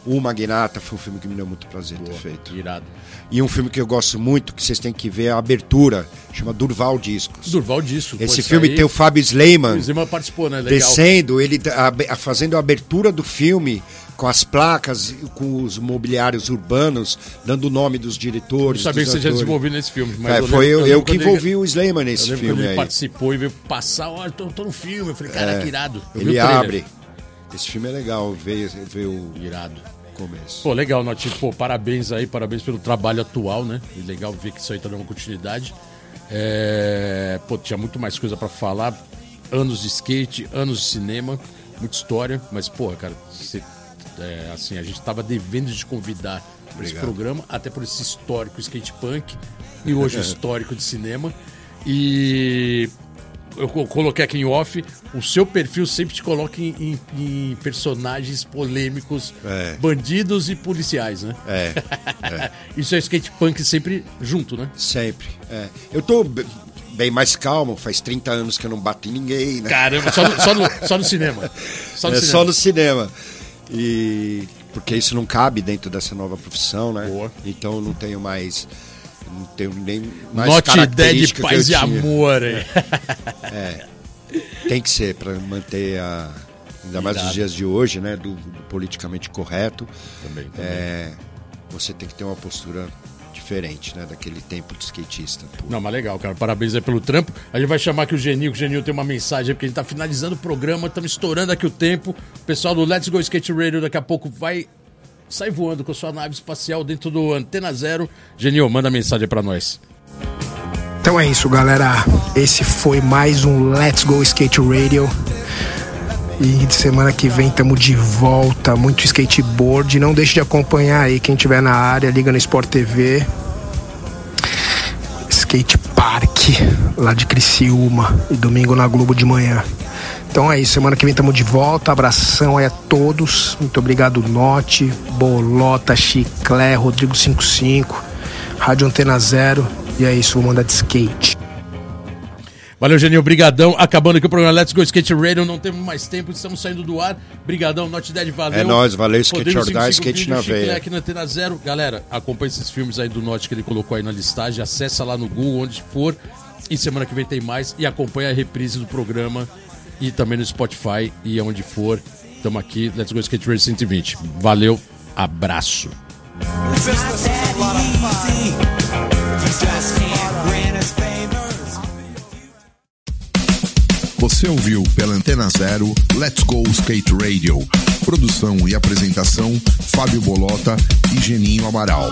S3: o Magnata foi um filme que me deu muito prazer ter feito.
S1: Irado.
S3: E um filme que eu gosto muito, que vocês têm que ver, é a abertura, chama Durval Discos.
S1: Durval disso. pô,
S3: Esse
S1: isso
S3: filme
S1: aí,
S3: tem o Fábio Sleiman
S1: O Zema participou, né? Legal.
S3: descendo, ele tá- a- fazendo a abertura do filme com as placas, com os mobiliários urbanos, dando o nome dos diretores.
S1: Eu sabia que
S3: dos
S1: você já
S3: atores.
S1: desenvolviu nesse filme. Mas
S3: É,
S1: lembro-
S3: foi eu, eu
S1: lembro
S3: que
S1: quando ele-
S3: envolvi o Sleiman
S1: Eu
S3: nesse
S1: lembro quando
S3: filme
S1: ele
S3: aí. É.
S1: participou e veio passar, olha, tô, tô no filme. Eu falei, caraca, irado. Eu vi
S3: Ele
S1: o trailer.
S3: abre. Esse filme é legal, ver, ver o
S1: Irado.
S3: começo.
S1: Pô, legal, Noti. Pô, parabéns aí, parabéns pelo trabalho atual, né? E legal ver que isso aí tá dando uma continuidade. É... Pô, tinha muito mais coisa pra falar. Anos de skate, anos de cinema, muita história. Mas, porra, cara, você é, assim, a gente estava devendo de convidar para esse
S3: Obrigado.
S1: programa, até por esse histórico skate punk e hoje o histórico de cinema. E eu co- coloquei aqui em off, o seu perfil sempre te coloca em, em- em personagens polêmicos,
S3: É.
S1: bandidos e policiais, né?
S3: É,
S1: Isso é skate punk sempre junto, né?
S3: sempre. é. Eu tô b- bem mais calmo, faz 30 anos que eu não bato em ninguém, né?
S1: Caramba, só no, só no- só no cinema. Só no
S3: é
S1: cinema.
S3: só no cinema. E porque isso não cabe dentro dessa nova profissão, né?
S1: Boa.
S3: Então eu não tenho mais não tenho nem mais
S1: Note ideia de
S3: característica que eu
S1: paz e
S3: tinha. É.
S1: amor, hein?
S3: Tem que ser para manter a ainda mais nos dias de hoje, né, do, do politicamente correto.
S1: Também, também.
S3: É, você tem que ter uma postura diferente, né, daquele tempo de skatista. Pô,
S1: Não, mas legal, cara. Parabéns aí pelo trampo. A gente vai chamar aqui o Genil, que o Genil tem uma mensagem, porque a gente tá finalizando o programa, estamos estourando aqui o tempo. O pessoal do Let's Go Skate Radio daqui a pouco vai sair voando com a sua nave espacial dentro do Antena Zero. Genil, manda mensagem pra nós.
S2: Então é isso, galera. Esse foi mais um Let's Go Skate Radio. E de semana que vem estamos de volta, muito skateboard. Não deixe de acompanhar aí quem tiver na área, liga no Sport TV. Skate Park, lá de Criciúma, e domingo na Globo de manhã. Então é isso, semana que vem estamos de volta. Abração aí a todos. Muito obrigado, Note, Bolota, Chiclé, Rodrigo 55, Rádio Antena Zero. E é isso, vou mandar de skate.
S1: Valeu, Genil, brigadão. Acabando aqui o programa Let's Go Skate Radio, não temos mais tempo, estamos saindo do ar. Brigadão, Not Dead, valeu.
S3: É nóis, valeu, Skate
S1: Rodrigo
S3: Jordão,
S1: 55
S3: Skate
S1: Vídeo,
S3: na
S1: Chiclé
S3: veia.
S1: aqui na Antena Zero. Galera, acompanha esses filmes aí do Norte que ele colocou aí na listagem, acessa lá no Google, onde for. E semana que vem tem mais. E acompanha a reprise do programa e também no Spotify e onde for. Tamo aqui, Let's Go Skate Radio 120. Valeu, abraço.
S7: Você ouviu pela Antena Zero Let's Go Skate Radio. Produção e apresentação: Fábio Bolota e Geninho Amaral.